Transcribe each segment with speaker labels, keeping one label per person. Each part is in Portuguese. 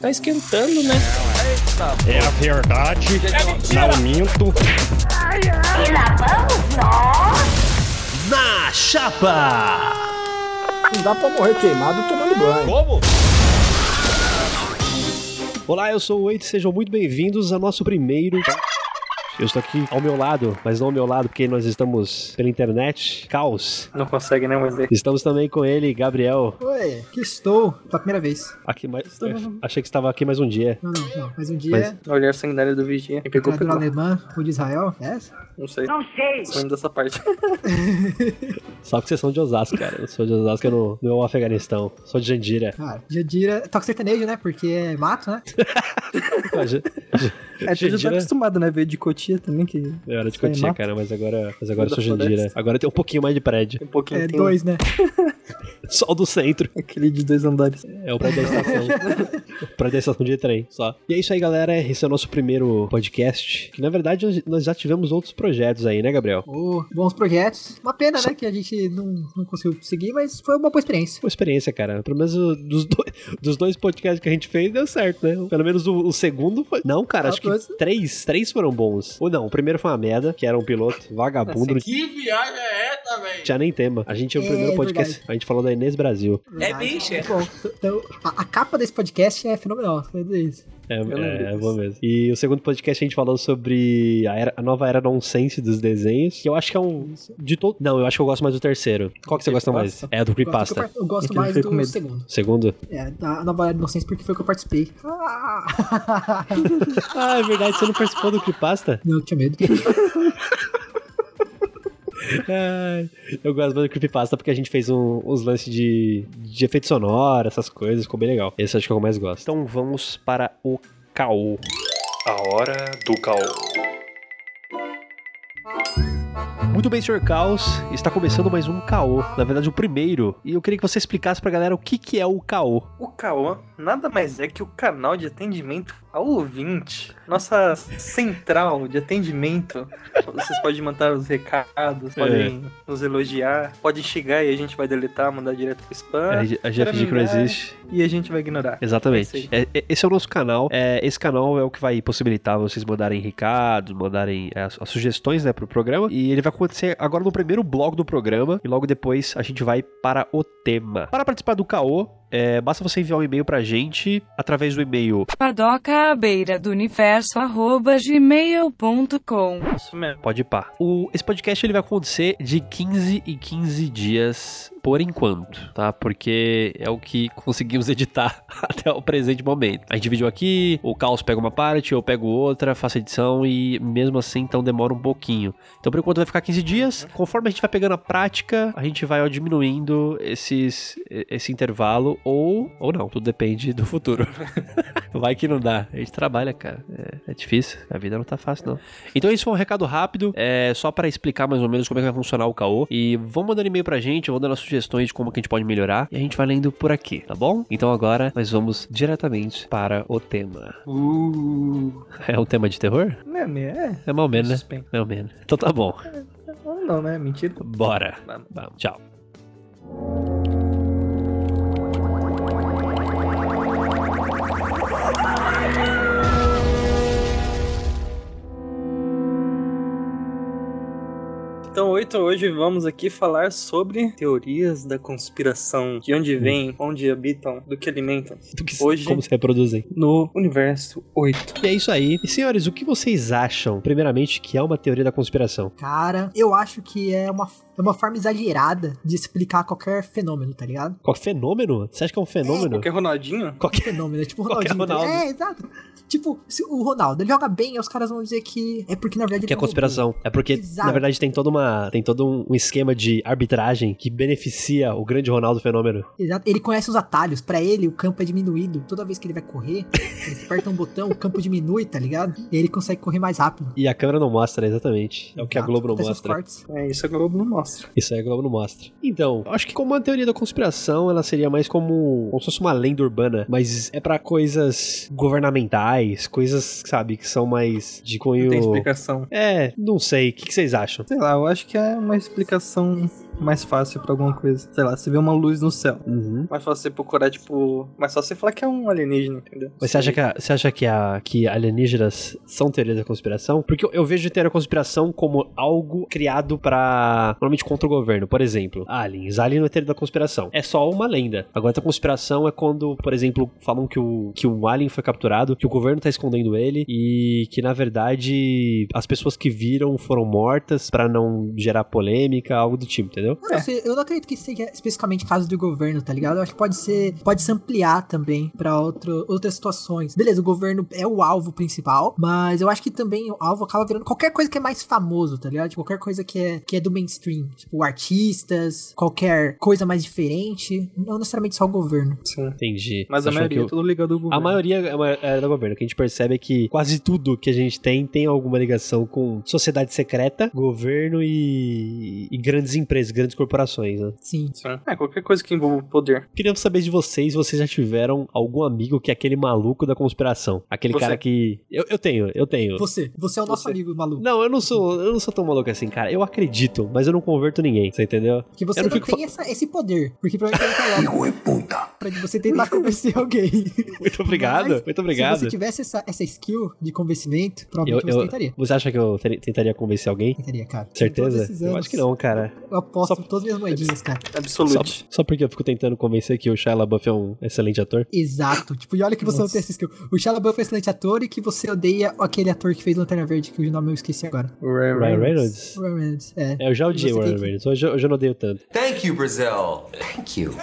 Speaker 1: Tá esquentando, né?
Speaker 2: É a verdade, não minto.
Speaker 3: E lá vamos nós!
Speaker 4: Na chapa!
Speaker 5: Não dá pra morrer queimado tomando banho.
Speaker 1: Como?
Speaker 4: Olá, eu sou o Eite, sejam muito bem-vindos ao nosso primeiro. Eu estou aqui ao meu lado, mas não ao meu lado, porque nós estamos pela internet. Caos.
Speaker 6: Não consegue, né, Wesley?
Speaker 4: Estamos também com ele, Gabriel.
Speaker 5: Oi, que estou pela primeira vez.
Speaker 4: Aqui mais. é, Achei que estava aqui mais um dia.
Speaker 5: Não, não, não. Mais um
Speaker 4: Mas-
Speaker 5: dia,
Speaker 6: Olhar sanguinário do vigia. Me pegou,
Speaker 5: Mas... do
Speaker 6: pegou.
Speaker 5: alemã, o de Israel. É essa?
Speaker 6: Não sei.
Speaker 3: Não sei!
Speaker 6: Só indo dessa parte.
Speaker 4: Só que vocês são de Osasco, cara. Eu sou de Osasco, eu não, não é o Afeganistão. Sou de Jandira.
Speaker 5: Cara, Jandira. Toca sertanejo, né? Porque é mato, né?
Speaker 6: É, tu já tá
Speaker 4: Ah, Jandira. É,
Speaker 6: acostumado, né? Veio de Cotia também, que
Speaker 4: Eu era de
Speaker 6: Sei,
Speaker 4: Cotia,
Speaker 6: mata.
Speaker 4: cara, mas agora, mas agora eu
Speaker 6: Da
Speaker 4: sou Jandira.
Speaker 6: floresta.
Speaker 4: Agora tem um pouquinho mais de prédio.
Speaker 6: um pouquinho
Speaker 5: É
Speaker 6: tem um
Speaker 5: dois, né?
Speaker 4: Só o do centro.
Speaker 6: aquele de dois andares.
Speaker 4: É o prédio da estação. o prédio da estação de trem, só. E é isso aí, galera. Esse é o nosso primeiro podcast. Que, na verdade, nós- nós já tivemos outros projetos aí, né, Gabriel?
Speaker 5: Ô, bons projetos. Uma pena, né? Que a gente não, não conseguiu seguir, mas foi uma boa experiência.
Speaker 4: Uma experiência, cara. Pelo menos o- dos dois, dos dois podcasts que a gente fez, deu certo, né? Pelo menos o, o segundo foi. Não, cara,
Speaker 5: Ah,
Speaker 4: acho que
Speaker 5: dois.
Speaker 4: três. Três foram bons. Ou não, o primeiro foi uma merda, que era um piloto vagabundo. Que viagem é essa, velho? Tinha nem tema. A gente, o
Speaker 5: É,
Speaker 4: primeiro
Speaker 5: é
Speaker 4: podcast,
Speaker 5: verdade.
Speaker 4: a gente falou da Inês Brasil.
Speaker 1: É
Speaker 5: Verdade.
Speaker 1: bicha.
Speaker 5: Muito Bom, então, a, a capa desse podcast é fenomenal. quer dizer isso.
Speaker 4: É,
Speaker 6: lembrei
Speaker 4: é, é
Speaker 6: disso.
Speaker 4: bom mesmo. E o segundo podcast a gente falou sobre a, era- a nova era nonsense dos desenhos, que eu acho que é um. De todo. Não, eu acho que eu gosto mais do terceiro. Qual que você gosta mais?
Speaker 6: Creepypasta?
Speaker 4: É, do
Speaker 5: Gosto que eu par- Eu
Speaker 4: Creepasta.
Speaker 5: gosto
Speaker 6: Aquele
Speaker 5: mais
Speaker 6: foi com
Speaker 5: do
Speaker 6: medo.
Speaker 5: segundo.
Speaker 4: Segundo?
Speaker 5: É, da Nova Era de Inocência, porque foi que eu participei. Ah!
Speaker 4: Ah, é verdade, você não participou do Creepasta?
Speaker 5: não, eu tinha medo.
Speaker 4: Ai, eu gosto mais do Creepypasta porque a gente fez um- uns lances de, de efeito sonoro, essas coisas, ficou bem legal. Esse eu acho que é o que eu mais gosto. Então vamos para o caô.
Speaker 2: A hora do caô.
Speaker 4: Muito bem, Sr. Caos, está começando mais um caô. Na verdade, o primeiro. E eu queria que você explicasse pra galera o que, que é o caô.
Speaker 6: O Caô nada mais é que o canal de atendimento ao ouvinte. Nossa central de atendimento. Vocês podem mandar os recados, podem nos elogiar, podem chegar e a gente vai deletar, mandar direto pro spam.
Speaker 4: A gente- a gente já fingiu que não
Speaker 6: terminar.
Speaker 4: existe.
Speaker 6: E a gente vai ignorar.
Speaker 4: Exatamente.
Speaker 6: Sim.
Speaker 4: É- é- esse é o nosso canal. É, esse canal é o que vai possibilitar vocês mandarem recados, mandarem é, as, as sugestões né, pro programa. E ele vai acontecer agora no primeiro bloco do programa. E logo depois a gente vai para o tema. Para participar do caô, é, basta você enviar um e-mail pra gente através do e-mail.
Speaker 7: Padoca à beira do universo arroba gmail.com
Speaker 6: Isso mesmo.
Speaker 4: Pode pá. O, esse podcast ele vai acontecer de 15 em 15 dias por enquanto, tá? Porque é o que conseguimos editar até o presente momento. A gente dividiu aqui, o Caos pega uma parte, eu pego outra, faço edição e mesmo assim então demora um pouquinho. Então por enquanto vai ficar 15 dias. Conforme a gente vai pegando a prática, a gente vai ó, diminuindo esses, esse intervalo ou, ou não. Tudo depende do futuro. vai que não dá. A gente trabalha, cara. É, é difícil. A vida não tá fácil, não. Então isso foi um recado rápido, é só pra explicar mais ou menos como é que vai funcionar o caô e vão mandando e-mail pra gente, vão dando as sugestões de como que a gente pode melhorar e a gente vai lendo por aqui, tá bom? Então agora nós vamos diretamente para o tema.
Speaker 6: Uh,
Speaker 4: É um tema de terror?
Speaker 6: né, né?
Speaker 4: É mal
Speaker 6: É,
Speaker 4: menos, né?
Speaker 6: suspense.
Speaker 4: Mal menos. Então tá bom.
Speaker 6: Ou não, né? Mentira.
Speaker 4: Bora.
Speaker 6: Vamos.
Speaker 4: Vamos. Tchau.
Speaker 6: Então, oito, hoje vamos aqui falar sobre teorias da conspiração, de onde vêm, onde habitam, do que alimentam,
Speaker 4: Do que-
Speaker 6: Hoje-
Speaker 4: Como se reproduzem?
Speaker 6: no universo 8.
Speaker 4: E é isso aí. E senhores, o que vocês acham, primeiramente, que é uma teoria da conspiração?
Speaker 5: Cara, eu acho que é uma, é uma forma exagerada de explicar qualquer fenômeno, tá ligado?
Speaker 4: Qual fenômeno? Você acha que é um fenômeno?
Speaker 6: Porque Ronaldinho,
Speaker 4: Qualquer
Speaker 5: Fenômeno, é tipo o
Speaker 4: Qualquer
Speaker 5: Ronaldinho. tá ligado?
Speaker 4: Ronaldo.
Speaker 5: É, exato. Tipo, se o Ronaldo ele joga bem, aí os caras vão dizer que é porque na verdade ele
Speaker 4: Que é
Speaker 5: tá
Speaker 4: conspiração. É porque,
Speaker 5: Exato.
Speaker 4: na verdade, tem toda uma. Tem todo um um esquema de arbitragem que beneficia o grande Ronaldo Fenômeno.
Speaker 5: roubando. Exato. Ele conhece os atalhos, pra ele o campo é diminuído. Toda vez que ele vai correr, ele aperta um botão, o campo diminui, tá ligado? E aí ele consegue correr mais rápido.
Speaker 4: E a câmera não mostra, exatamente. É o que a
Speaker 5: Exato.
Speaker 4: Globo não
Speaker 5: Acontece os
Speaker 4: mostra.
Speaker 5: cortes.
Speaker 6: é isso a Globo não mostra.
Speaker 4: Isso aí a Globo não mostra. Então, eu acho que como uma teoria da conspiração, ela seria mais como, como se fosse uma lenda urbana, mas é pra coisas governamentais, coisas, sabe, que são mais de
Speaker 6: Não
Speaker 4: cunho...
Speaker 6: tem explicação.
Speaker 4: É, não sei. O que que vocês acham?
Speaker 6: Sei lá, eu acho que é uma explicação mais fácil pra alguma coisa. Sei lá, você vê uma luz no céu.
Speaker 4: Uhum.
Speaker 6: Mais fácil você procurar, tipo. Mais fácil você falar que é um alienígena, entendeu?
Speaker 4: Mas você acha que, a- você acha que, a, que alienígenas são teorias da conspiração? Porque eu, eu vejo teoria da conspiração como algo criado pra. normalmente contra o governo. Por exemplo, aliens. Alien não é teoria da conspiração. É só uma lenda. Agora, a conspiração é quando, por exemplo, falam que o, que um alien foi capturado, que o governo tá escondendo ele e que, na verdade, as pessoas que viram foram mortas pra não gerar polêmica, algo do tipo, entendeu?
Speaker 5: Eu não, sei, eu não acredito que seja especificamente caso do governo, tá ligado? Eu acho que pode ser, pode se ampliar também pra outro, outras situações. Beleza, o governo é o alvo principal, mas eu acho que também o alvo acaba virando qualquer coisa que é mais famoso, tá ligado? Tipo, qualquer coisa que é, que é do mainstream, tipo artistas, qualquer coisa mais diferente, não necessariamente só o governo.
Speaker 6: Sim.
Speaker 4: Entendi.
Speaker 6: Mas a
Speaker 4: Você achou
Speaker 6: maioria
Speaker 4: que
Speaker 6: é
Speaker 4: eu-
Speaker 6: tudo ligado ao governo.
Speaker 4: A maioria é uma- é do governo. O que a gente percebe é que quase tudo que a gente tem tem alguma ligação com sociedade secreta, governo e, e grandes empresas, grandes corporações. Né?
Speaker 5: Sim.
Speaker 6: Sim. É, qualquer coisa que envolva o poder.
Speaker 4: Queria saber de vocês se vocês já tiveram algum amigo que é aquele maluco da conspiração. Aquele
Speaker 6: Você.
Speaker 4: cara que. Eu, eu tenho, eu tenho.
Speaker 5: Você, você é o nosso
Speaker 6: Você.
Speaker 5: amigo maluco.
Speaker 4: Não, eu não sou, eu não sou tão maluco assim, cara. Eu acredito, mas eu não converto ninguém, você entendeu?
Speaker 5: Que você
Speaker 4: Eu não
Speaker 5: não,
Speaker 4: fico
Speaker 5: tem essa- esse poder. Porque provavelmente ele tá lá pra você tentar convencer alguém.
Speaker 4: Muito obrigado,
Speaker 5: Mas,
Speaker 4: muito obrigado.
Speaker 5: Se você tivesse essa, essa skill de convencimento, provavelmente
Speaker 4: Eu-
Speaker 5: você
Speaker 4: eu-
Speaker 5: tentaria.
Speaker 4: Você acha que eu ter- tentaria convencer alguém?
Speaker 5: Tentaria, cara. Todos esses
Speaker 4: Certeza? Eu
Speaker 5: anos,
Speaker 4: acho que não, cara.
Speaker 5: Eu aposto
Speaker 4: Só-
Speaker 5: todas as minhas moedinhas, cara.
Speaker 4: Só,
Speaker 6: Absolute.
Speaker 4: só porque eu fico tentando convencer que o Shia LaBeouf é um excelente ator.
Speaker 5: Exato. Tipo, e olha que você não tem essa skill. O Shia LaBeouf é um excelente ator e que você odeia aquele ator que fez Lanterna Verde, que o nome eu esqueci agora.
Speaker 4: Ryan Reynolds?
Speaker 5: Ryan Reynolds, é.
Speaker 4: É, eu já
Speaker 5: Você
Speaker 4: odiei o
Speaker 5: tem
Speaker 4: Ryan
Speaker 5: que-
Speaker 4: Reynolds. Hoje, eu- hoje eu não odeio tanto.
Speaker 8: Thank you, Brazil. Thank you.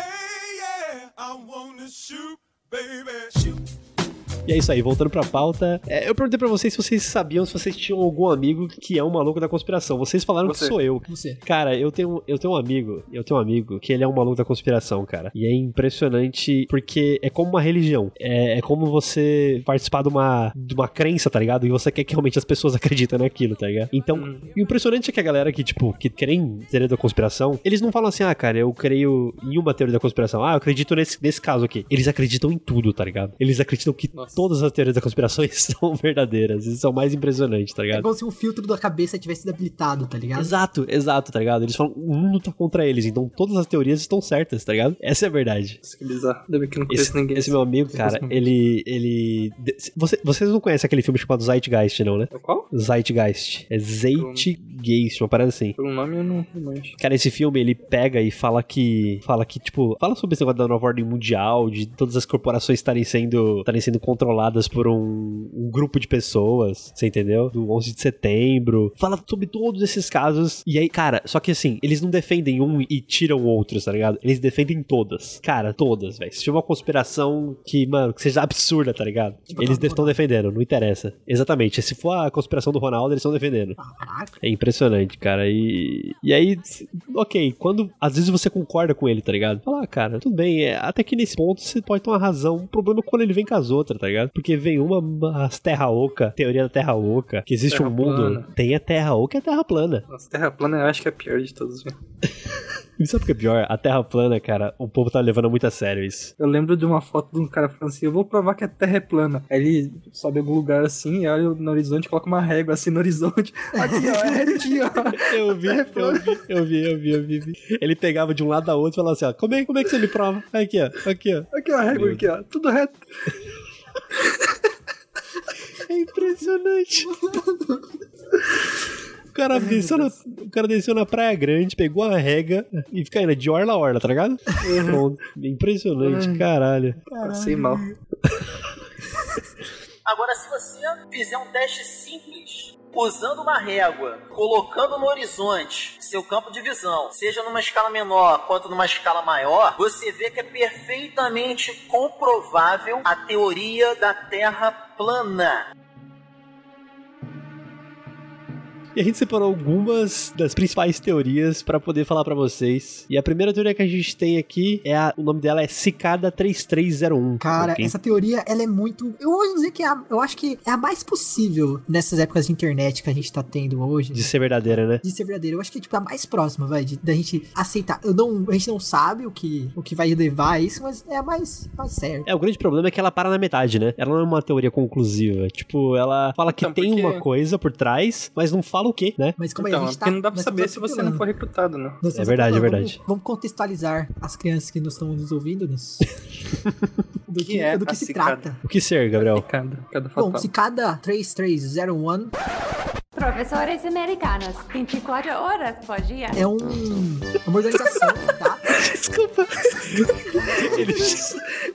Speaker 4: E é isso aí, voltando pra pauta. é, eu perguntei pra vocês se vocês sabiam, se vocês tinham algum amigo que é um maluco da conspiração. Vocês falaram
Speaker 6: Você.
Speaker 4: que sou eu.
Speaker 5: Você. É
Speaker 4: Cara, eu tenho, eu tenho um amigo, eu tenho um amigo que ele é um maluco da conspiração, cara. E é impressionante porque é como uma religião. É, é como você participar de uma, de uma crença, tá ligado? E você quer que realmente as pessoas acreditem naquilo, tá ligado? Então, e o impressionante é que a galera que, tipo, que creem em teoria da conspiração, eles não falam assim, ah, cara, eu creio em uma teoria da conspiração. Ah, eu acredito nesse, nesse caso aqui. Eles acreditam em tudo, tá ligado? Eles acreditam que
Speaker 6: Nossa.
Speaker 4: todas as teorias da conspiração são verdadeiras. Isso é o mais impressionante, tá ligado?
Speaker 5: É como se um filtro da cabeça tivesse sido habilitado, tá ligado?
Speaker 4: Exato, exato, tá ligado? Eles falam, o mundo tá contra eles, então todas as teorias estão certas, tá ligado? Essa é a verdade.
Speaker 6: Nossa, que bizarro. Ainda bem que eu não conheço
Speaker 4: Esse,
Speaker 6: ninguém.
Speaker 4: esse meu amigo, cara, ele. ele de- você- vocês não conhecem aquele filme chamado Zeitgeist, não, né?
Speaker 6: É Qual?
Speaker 4: Zeitgeist. É Zeitgeist, uma parada assim.
Speaker 6: Pelo nome eu não não manjo.
Speaker 4: Cara, esse filme ele pega e fala que. Fala que, tipo, fala sobre esse negócio da nova ordem mundial, de todas as corporações estarem sendo, estarem sendo controladas por um, um grupo de pessoas, você entendeu? Do 11 de setembro. Fala sobre todos esses casos. E aí, cara, só que assim, eles não defendem um e tiram outros, tá ligado? Eles defendem todas. Cara, todas, velho. Se tiver uma conspiração que, mano, que seja absurda, tá ligado? Eles estão defendendo, não interessa. Exatamente. Se for a conspiração do Ronaldo, eles estão defendendo.
Speaker 5: Caraca.
Speaker 4: É impressionante, cara. E, e aí, c- ok, quando às vezes você concorda com ele, tá ligado? Fala, ah, cara, tudo bem, é, até que nesse ponto você pode ter uma razão. O problema é quando ele vem com as outras, tá ligado? Porque vem uma, uma- as terra oca, teoria da terra oca, que existe
Speaker 6: Terra
Speaker 4: um mundo,
Speaker 6: plana.
Speaker 4: tem a terra oca e a terra plana.
Speaker 6: Nossa, Terra plana eu acho que é a pior de todos. viu?
Speaker 4: E sabe o que é pior? A terra plana, cara, o povo tá levando muito a sério isso.
Speaker 6: Eu lembro de uma foto de um cara falando assim: Eu vou provar que a Terra é plana. Aí ele sobe em algum lugar assim, e olha no horizonte, coloca uma régua assim no horizonte. Aqui, ó, é retinho, ó.
Speaker 4: Eu vi, eu vi, eu vi, eu vi, eu vi, vi. Ele pegava de um lado a outro e falava assim, ó, como é, como é que você me prova? Aqui, ó, aqui, ó.
Speaker 6: Aqui, ó, a régua, aqui, ó. Tudo reto.
Speaker 4: É impressionante. O cara, desceu na, o cara desceu na Praia Grande, pegou a rega e fica indo de orla a orla, tá ligado?
Speaker 5: Uhum.
Speaker 4: Pronto. Impressionante, caralho.
Speaker 6: Passei Ah, mal.
Speaker 9: Agora, se você fizer um teste simples, usando uma régua, colocando no horizonte seu campo de visão, seja numa escala menor quanto numa escala maior, você vê que é perfeitamente comprovável a teoria da Terra plana.
Speaker 4: E a gente separou algumas das principais teorias pra poder falar pra vocês. E a primeira teoria que a gente tem aqui é a, o nome dela é Cicada 3301.
Speaker 5: Cara,
Speaker 4: Ok?
Speaker 5: essa teoria, ela é muito. Eu vou dizer que é a, eu acho que é a mais possível nessas épocas de internet que a gente tá tendo hoje.
Speaker 4: de ser verdadeira, né?
Speaker 5: de ser verdadeiro. Eu acho que é tipo a mais próxima, vai, de- da gente aceitar. Eu não, a gente não sabe o que, o que vai levar a isso, mas é a mais, mais certa.
Speaker 4: É, o grande problema é que ela para na metade, né? Ela não é uma teoria conclusiva. Tipo, ela fala que
Speaker 6: Então,
Speaker 4: tem
Speaker 6: porque-
Speaker 4: uma coisa por trás, mas não fala fala o quê, né?
Speaker 5: Mas como
Speaker 6: Então,
Speaker 5: a gente tá.
Speaker 6: porque não dá pra
Speaker 5: nós
Speaker 6: saber
Speaker 5: estamos
Speaker 6: se você
Speaker 5: atropelando.
Speaker 6: não for recrutado, né?
Speaker 5: Nós
Speaker 4: É
Speaker 5: estamos
Speaker 4: verdade, é
Speaker 5: atropelando.
Speaker 4: verdade.
Speaker 5: Vamos, vamos contextualizar as crianças que não estão nos ouvindo nos- do que,
Speaker 6: que é Tá,
Speaker 5: do que se
Speaker 6: cacicada?
Speaker 5: trata.
Speaker 4: O que ser, Gabriel?
Speaker 6: É Cada, cada
Speaker 5: Bom,
Speaker 6: fatal.
Speaker 5: se cada 3301
Speaker 10: Professoras americanas, 24 horas por dia.
Speaker 5: é um, uma organização, tá?
Speaker 4: Desculpa.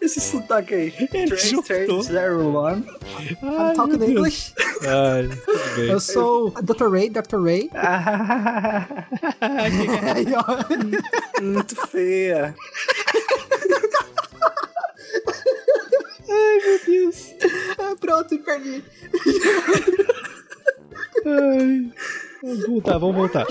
Speaker 6: Esse sotaque aí.
Speaker 4: Ele juntou.
Speaker 6: 3301.
Speaker 5: I'm talking English.
Speaker 4: Ai, tudo bem.
Speaker 5: Eu sou a Dr. Ray, Dr. Ray. Aí, ó.
Speaker 6: Muito feia.
Speaker 5: Pronto, perdi.
Speaker 4: Ai. Vamos voltar, vamos voltar.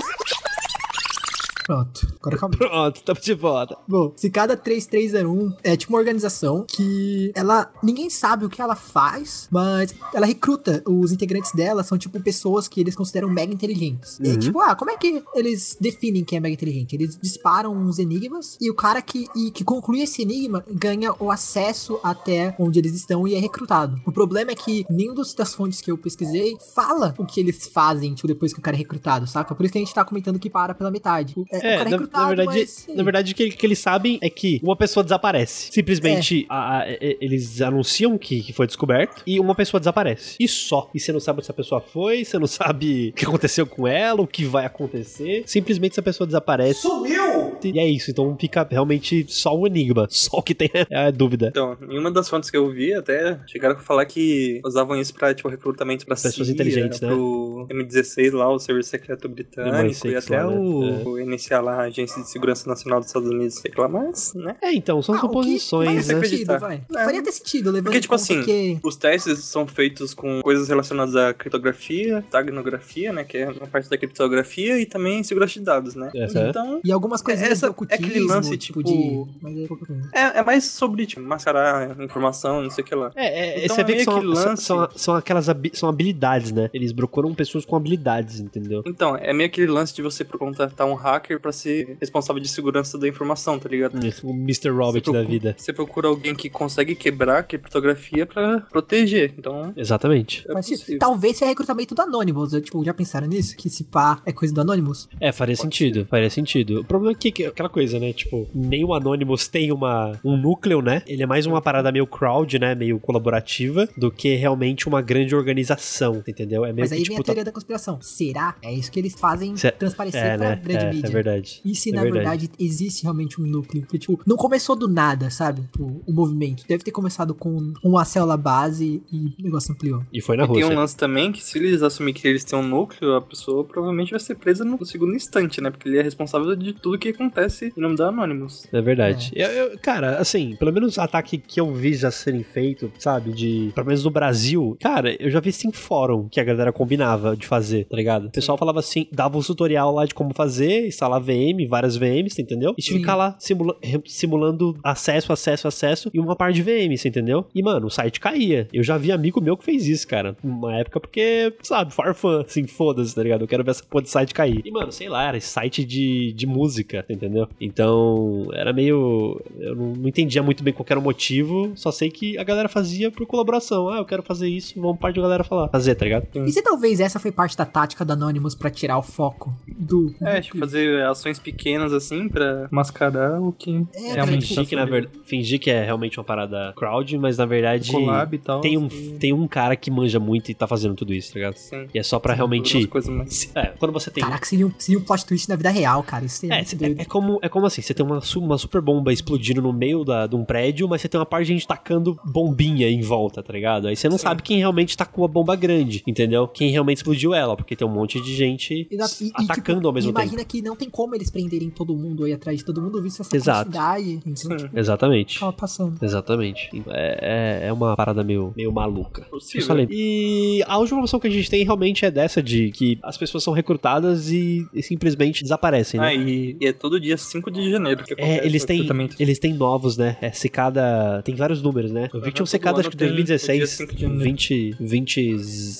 Speaker 5: Pronto, agora calma.
Speaker 4: Pronto, tamo de volta.
Speaker 5: Bom, se cada 3301 é tipo uma organização que ela. Ninguém sabe o que ela faz, mas ela recruta. Os integrantes dela são tipo pessoas que eles consideram mega inteligentes. E
Speaker 4: Uhum.
Speaker 5: tipo, ah, como é que eles definem quem é mega inteligente? Eles disparam uns enigmas e o cara que, e que conclui esse enigma ganha o acesso até onde eles estão e é recrutado. O problema é que nenhum dos- das fontes que eu pesquisei fala o que eles fazem, tipo, depois que o cara é recrutado, saca? Por isso que a gente tá comentando que para pela metade. O- o
Speaker 4: É,
Speaker 5: cara
Speaker 4: na, na verdade,
Speaker 5: mas-
Speaker 4: na verdade o, que, o que eles sabem é que uma pessoa desaparece. Simplesmente a- a- e- eles anunciam que, que foi descoberto e uma pessoa desaparece. E só. E você não sabe onde essa pessoa foi, você não sabe o que aconteceu com ela, o que vai acontecer. Simplesmente essa pessoa desaparece. Sumiu! E é isso. Então fica realmente só o enigma. Só o que tem é a dúvida.
Speaker 6: Então, em uma das fontes que eu vi, até chegaram a falar que usavam isso pra, tipo, recrutamento pra
Speaker 4: Pessoas
Speaker 6: CIA,
Speaker 4: inteligentes, né?
Speaker 6: pro M16 lá, o Serviço Secreto Britânico, e
Speaker 4: M16
Speaker 6: até
Speaker 4: lá, né?
Speaker 6: o, o NSA lá, a Agência de Segurança Nacional dos Estados Unidos, sei lá, mas, né?
Speaker 4: É, então, são
Speaker 5: Ah, o que
Speaker 4: suposições,
Speaker 5: faria
Speaker 4: né?
Speaker 5: sentido,
Speaker 6: acreditar.
Speaker 5: vai.
Speaker 6: É.
Speaker 5: Faria até sentido, levando
Speaker 6: Porque, tipo
Speaker 5: em conta
Speaker 6: assim,
Speaker 5: que...
Speaker 6: os testes são feitos com coisas relacionadas à criptografia, tagnografia, né? Que é uma parte da criptografia e também segurança de dados, né?
Speaker 4: Aham.
Speaker 6: Então.
Speaker 5: E algumas coisas
Speaker 6: essa-
Speaker 5: do ocultismo,
Speaker 6: é aquele lance, tipo-
Speaker 5: de... Mas é pouca coisa.
Speaker 6: É, é mais sobre, tipo, mascarar informação, não sei o que lá.
Speaker 4: É, é,
Speaker 6: Então
Speaker 4: você
Speaker 6: é
Speaker 4: vê que
Speaker 6: meio
Speaker 4: são,
Speaker 6: que lance-
Speaker 4: são, são, são aquelas habi- são habilidades, né? Eles procuram pessoas com habilidades, entendeu?
Speaker 6: Então, é meio aquele lance de você contratar um hacker pra ser responsável de segurança da informação, tá ligado?
Speaker 4: O Mr. Robert Um da
Speaker 6: procura-
Speaker 4: vida.
Speaker 6: Você procura alguém que consegue quebrar a criptografia pra proteger. Então,
Speaker 4: Exatamente.
Speaker 6: é
Speaker 5: Mas, tipo,
Speaker 4: tá
Speaker 6: possível.
Speaker 5: talvez seja recrutamento do Anonymous. Eu, tipo, já pensaram nisso? Que se pá é coisa do Anonymous?
Speaker 4: É, faria sentido, faria sentido. O problema é que, que- aquela coisa, né? Tipo, nem o Anonymous tem uma, um núcleo, né? Ele é mais uma parada meio crowd, né? Meio colaborativa, do que realmente uma grande organização, entendeu? É meio
Speaker 5: Mas
Speaker 4: que,
Speaker 5: aí vem
Speaker 4: tipo,
Speaker 5: a teoria da conspiração. Será? É isso que eles fazem
Speaker 4: Cê-
Speaker 5: transparecer
Speaker 4: é,
Speaker 5: pra
Speaker 4: né?
Speaker 5: grande
Speaker 4: é,
Speaker 5: mídia.
Speaker 4: é verdade.
Speaker 5: E se,
Speaker 4: É
Speaker 5: na
Speaker 4: verdade.
Speaker 5: verdade. existe realmente um núcleo? Que, tipo, não começou do nada, sabe? Tipo, O, o movimento. Deve ter começado com uma célula base e o negócio ampliou.
Speaker 4: E foi na
Speaker 6: E tem
Speaker 4: Rússia.
Speaker 6: um lance também que se eles assumirem que eles têm um núcleo, a pessoa provavelmente vai ser presa no segundo instante, né? Porque ele é responsável de tudo que acontece em nome da Anonymous.
Speaker 4: É verdade. Eu- eu- cara, assim, pelo menos o ataque que eu vi já serem feito, sabe? De. Pelo menos no Brasil, cara, eu já vi isso em fórum que a galera combinava de fazer, tá ligado? O pessoal falava assim, dava um tutorial lá de como fazer, instalar VM, várias VMs, você entendeu? E
Speaker 5: Sim.
Speaker 4: ficar lá simula- re- simulando acesso, acesso, acesso e uma par de VM, você entendeu? E, mano, o site caía. Eu já vi amigo meu que fez isso, cara. Uma época, porque, sabe, farfã, assim, foda-se, tá ligado? Eu quero ver essa porra de site cair. E, mano, sei lá, era site de, de música, tá entendeu? Então, era meio. Eu não, não entendia muito bem qual que era o motivo, só sei que a galera fazia por colaboração. Ah, eu quero fazer isso, vamos par de galera falar. Fazer, tá ligado?
Speaker 5: E se talvez essa foi parte da tática do Anonymous pra tirar o foco do...
Speaker 4: Uhum.
Speaker 6: É, tipo, fazer ações pequenas assim pra mascarar o que
Speaker 5: É,
Speaker 6: realmente tá
Speaker 4: Fingir que, na verdade, fingir que é realmente uma parada crowd, mas na verdade.
Speaker 6: collab e tal.
Speaker 4: Tem um,
Speaker 6: e-
Speaker 4: tem um cara que manja muito e tá fazendo tudo isso, tá ligado?
Speaker 6: assim. Sim.
Speaker 4: E é só pra
Speaker 6: Algumas
Speaker 4: realmente.
Speaker 6: coisas mais-
Speaker 4: se- É, quando você tem.
Speaker 5: Caraca, seria um, seria um plot twist na vida real, cara. Isso seria
Speaker 4: É,
Speaker 5: muito
Speaker 4: cê-
Speaker 5: doido.
Speaker 4: é, é como, é como assim, você tem uma, su- uma super bomba explodindo no meio da, de um prédio, mas você tem uma parte de gente tacando bombinha em volta, tá ligado? Aí você não sabe quem realmente tacou a bomba grande, entendeu? Quem realmente explodiu ela, porque tem um monte de gente
Speaker 5: E na- e- e,
Speaker 4: atacando
Speaker 5: tipo,
Speaker 4: ao mesmo
Speaker 5: imagina
Speaker 4: tempo.
Speaker 5: que não tem como eles prenderem todo mundo aí atrás de todo mundo, visto essa
Speaker 4: Exato.
Speaker 5: quantidade. Então,
Speaker 6: Sim.
Speaker 4: Exatamente.
Speaker 5: tava passando.
Speaker 4: Exatamente. É, é, é uma parada meio, meio maluca. Eu só
Speaker 6: Possível.
Speaker 4: lembro. Tipo, E a última opção que a gente tem realmente é dessa de que as pessoas são recrutadas e, e simplesmente desaparecem, né?
Speaker 6: Ah, e, e é todo dia 5 de janeiro que acontece
Speaker 4: É, eles
Speaker 6: o
Speaker 4: têm,
Speaker 6: recrutamento.
Speaker 4: eles têm novos, né? É secada. Tem vários números, né? Eu
Speaker 6: Aham,
Speaker 4: vi que tinha um
Speaker 6: todo
Speaker 4: secada,
Speaker 6: ano
Speaker 4: acho que
Speaker 6: tem o dia
Speaker 4: 2016,
Speaker 6: 5 de janeiro.
Speaker 4: 20, 20,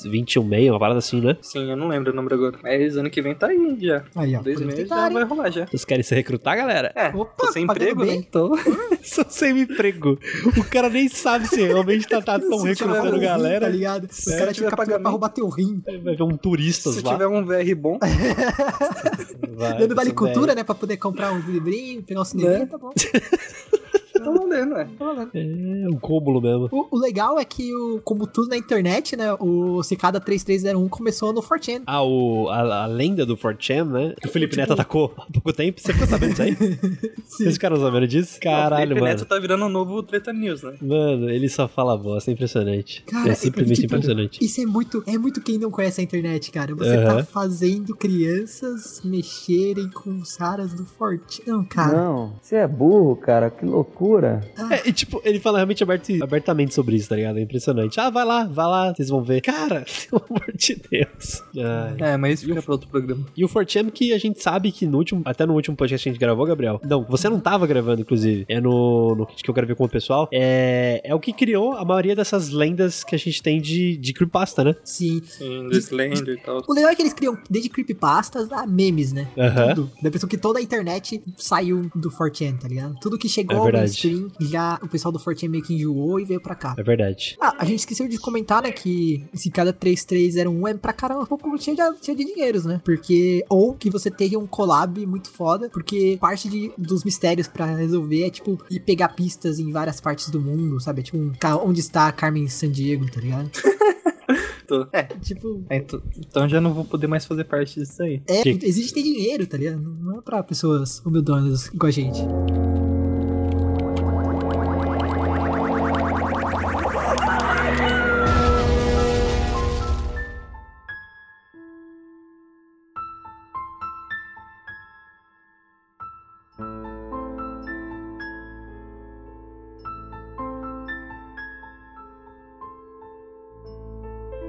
Speaker 4: 21 meio, uma parada assim, né?
Speaker 6: Sim, eu não lembro o número agora. Mas ano que vem tá aí já.
Speaker 5: Aí, ó.
Speaker 6: Dois
Speaker 5: podemos
Speaker 6: meses já tá
Speaker 5: tentar, hein?
Speaker 6: vai rolar já, já.
Speaker 4: Vocês querem se recrutar, galera?
Speaker 6: É,
Speaker 5: Opa,
Speaker 6: tô sem
Speaker 5: pagando
Speaker 6: emprego,
Speaker 5: bem.
Speaker 6: né? Tô.
Speaker 4: Só semi-emprego. O cara nem sabe se realmente tá, tá tão
Speaker 5: Se tiver um
Speaker 4: recrutando
Speaker 5: rim,
Speaker 4: galera.
Speaker 5: Tá ligado? Os
Speaker 4: É,
Speaker 5: caras
Speaker 6: tiver
Speaker 5: ficam pagando pra
Speaker 6: pagamento.
Speaker 5: roubar teu rim.
Speaker 4: Vai ver um turistas
Speaker 6: Se
Speaker 4: lá.
Speaker 6: tiver um VR bom,
Speaker 4: Vai,
Speaker 5: Dando vale
Speaker 4: essa
Speaker 5: cultura, né? Pra poder comprar um livrinho, pegar um
Speaker 4: Né?
Speaker 5: cineminha, tá bom.
Speaker 6: tá valendo, né?
Speaker 5: Tá valendo.
Speaker 4: ideia. É um cômulo mesmo.
Speaker 5: O, o legal é que, o, como tudo na internet, né? O Cicada 3301 começou no 4chan.
Speaker 4: Ah, o, a, a lenda do 4chan, né? Que o Felipe Neto atacou há pouco tempo. Você ficou sabendo disso aí? Vocês ficaram sabendo disso?
Speaker 6: o
Speaker 4: Caralho,
Speaker 6: Felipe
Speaker 4: mano.
Speaker 6: Neto tá virando um novo Treta News, né?
Speaker 4: Mano, ele só fala bosta, é impressionante.
Speaker 5: Cara,
Speaker 4: é simplesmente
Speaker 5: porque, tipo,
Speaker 4: impressionante.
Speaker 5: Isso é muito, é muito quem não conhece a internet, cara. Você tá
Speaker 4: Aham.
Speaker 5: fazendo crianças mexerem com os caras do Fortão, cara.
Speaker 11: Não, você é burro, cara, que loucura.
Speaker 4: É, e tipo, ele fala realmente aberto- abertamente sobre isso, tá ligado? É impressionante. Ah, vai lá, vai lá, vocês vão ver. Cara, pelo amor de Deus. Ai.
Speaker 6: É, mas isso fica pra outro programa.
Speaker 4: E o 4chan que a gente sabe que no último, até no último podcast que a gente gravou, Gabriel. Não, você não tava gravando, inclusive. É no, no que eu gravei com o pessoal. É, é o que criou a maioria dessas lendas que a gente tem de, de creepypasta, né?
Speaker 5: Sim.
Speaker 6: Sim, Slender e tal.
Speaker 5: O legal é que eles criam desde creepypastas a memes, né?
Speaker 4: Aham.
Speaker 5: Tudo. Da pessoa que toda a internet saiu do 4chan, tá ligado? Tudo que
Speaker 4: É
Speaker 5: chegou ao
Speaker 4: verdade.
Speaker 5: mainstream, já o pessoal do 4chan meio que enjoou e veio pra cá.
Speaker 4: É verdade.
Speaker 5: Ah, a gente esqueceu de comentar, né, que se cada 3301 é pra caramba um pouco cheio de, cheio de dinheiros, né? Porque, ou que você tenha um collab muito foda, porque parte de- dos mistérios pra resolver é, tipo, ir pegar pistas em várias partes do mundo, sabe? É tipo, um, ca- onde está a Carmen Sandiego, tá ligado?
Speaker 6: Tô. É,
Speaker 5: Tipo,
Speaker 6: é, então- então já não vou poder mais fazer parte disso aí.
Speaker 5: é,
Speaker 4: Que-
Speaker 5: exige ter dinheiro, tá ligado? Não é pra pessoas humildonas igual a gente.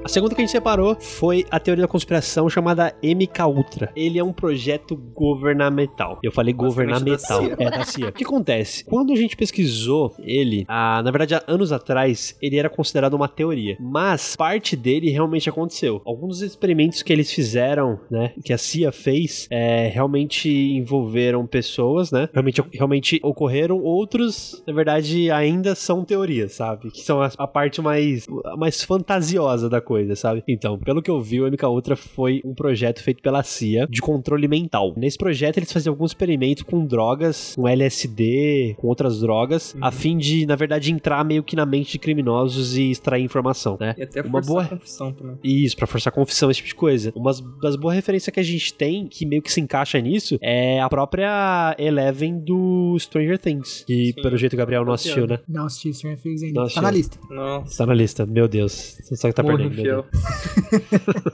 Speaker 4: A segunda que a gente separou foi a teoria da conspiração chamada MK Ultra. Ele é um projeto governamental. Eu falei governamental.
Speaker 6: da CIA.
Speaker 4: É, da CIA. O que acontece? Quando a gente pesquisou ele, ah, na verdade, há anos atrás, ele era considerado uma teoria. Mas parte dele realmente aconteceu. Alguns dos experimentos que eles fizeram, né? Que a CIA fez, é, realmente envolveram pessoas, né? Realmente, realmente ocorreram. Outros, na verdade, ainda são teorias, sabe? Que são as- a, parte mais, a mais fantasiosa da coisa, sabe? Então, pelo que eu vi, o MK Ultra foi um projeto feito pela CIA de controle mental. Nesse projeto, eles faziam alguns experimentos com drogas, com LSD, com outras drogas, a fim de, na verdade, entrar meio que na mente de criminosos e extrair informação, né?
Speaker 6: E até
Speaker 4: Uma
Speaker 6: forçar
Speaker 4: boa-
Speaker 6: a confissão também.
Speaker 4: Isso, pra forçar confissão, esse tipo de coisa. Uma das boas referências que a gente tem, que meio que se encaixa nisso, é a própria Eleven do Stranger Things. Que,
Speaker 6: Sim.
Speaker 4: pelo jeito, o Gabriel não assistiu, né?
Speaker 5: Não assisti Stranger Things ainda.
Speaker 4: Não
Speaker 5: Tá na
Speaker 4: assisti.
Speaker 5: lista.
Speaker 6: Não,
Speaker 4: Está na lista, meu Deus. Só que tá
Speaker 6: morro
Speaker 4: perdendo. meu Deus.
Speaker 6: infiel.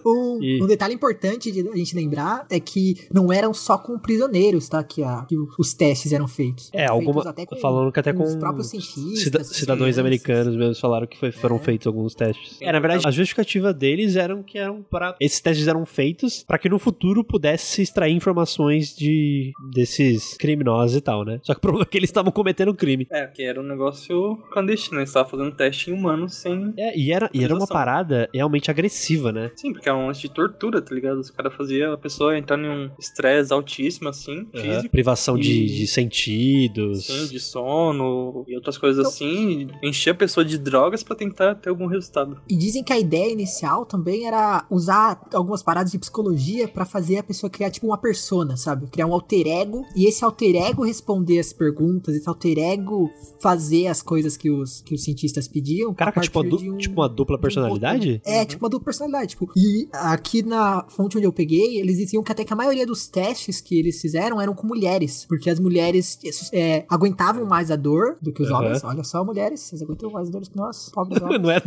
Speaker 5: Um,
Speaker 4: E-
Speaker 5: um detalhe importante de a gente lembrar é que não eram só com prisioneiros, tá? Que, a- que o- os testes eram feitos.
Speaker 4: É,
Speaker 5: Eram
Speaker 4: alguma.
Speaker 5: feitos até com-
Speaker 4: falando que até com.
Speaker 5: os próprios cientistas, É.
Speaker 4: cida-
Speaker 5: com
Speaker 4: cidadãos
Speaker 5: crianças.
Speaker 4: americanos mesmo falaram que foi- foram feitos alguns testes. É, na verdade, a justificativa deles eram que eram para Esses testes eram feitos para que no futuro pudesse extrair informações de desses criminosos e tal, né? Só que o problema é que eles estavam cometendo crime.
Speaker 6: É, que era um negócio clandestino. Eles estavam fazendo teste em humano sem.
Speaker 4: É, e era, e era uma
Speaker 6: Autorização.
Speaker 4: parada realmente agressiva, né?
Speaker 6: Sim, porque era um lance de tortura, tá ligado? Os caras faziam a pessoa entrar em um estresse altíssimo, assim,
Speaker 4: Aham.
Speaker 6: físico.
Speaker 4: Privação de,
Speaker 6: E-
Speaker 4: de sentidos.
Speaker 6: Sim, de sono e outras coisas
Speaker 5: Então-
Speaker 6: assim, e encher a pessoa de drogas pra tentar ter algum resultado.
Speaker 5: E dizem que a ideia inicial também era usar algumas paradas de psicologia pra fazer a pessoa criar tipo uma persona, sabe? Criar um alter ego e esse alter ego responder as perguntas, esse alter ego fazer as coisas que os, que os cientistas pediam.
Speaker 4: Caraca,
Speaker 5: a
Speaker 4: tipo, uma
Speaker 5: partir
Speaker 4: du-
Speaker 5: de um-
Speaker 4: tipo uma dupla
Speaker 5: de um
Speaker 4: personalidade?
Speaker 5: botão. É, tipo uma dupla personalidade. Tipo, e aqui na fonte onde eu peguei, eles diziam que até que a maioria dos testes que eles fizeram eram com mulheres. Porque as mulheres é, aguentavam mais a dor do que os
Speaker 4: Aham.
Speaker 5: homens. Olha só, mulheres, vocês aguentam mais a dor do que nós, pobres homens.
Speaker 4: Não é,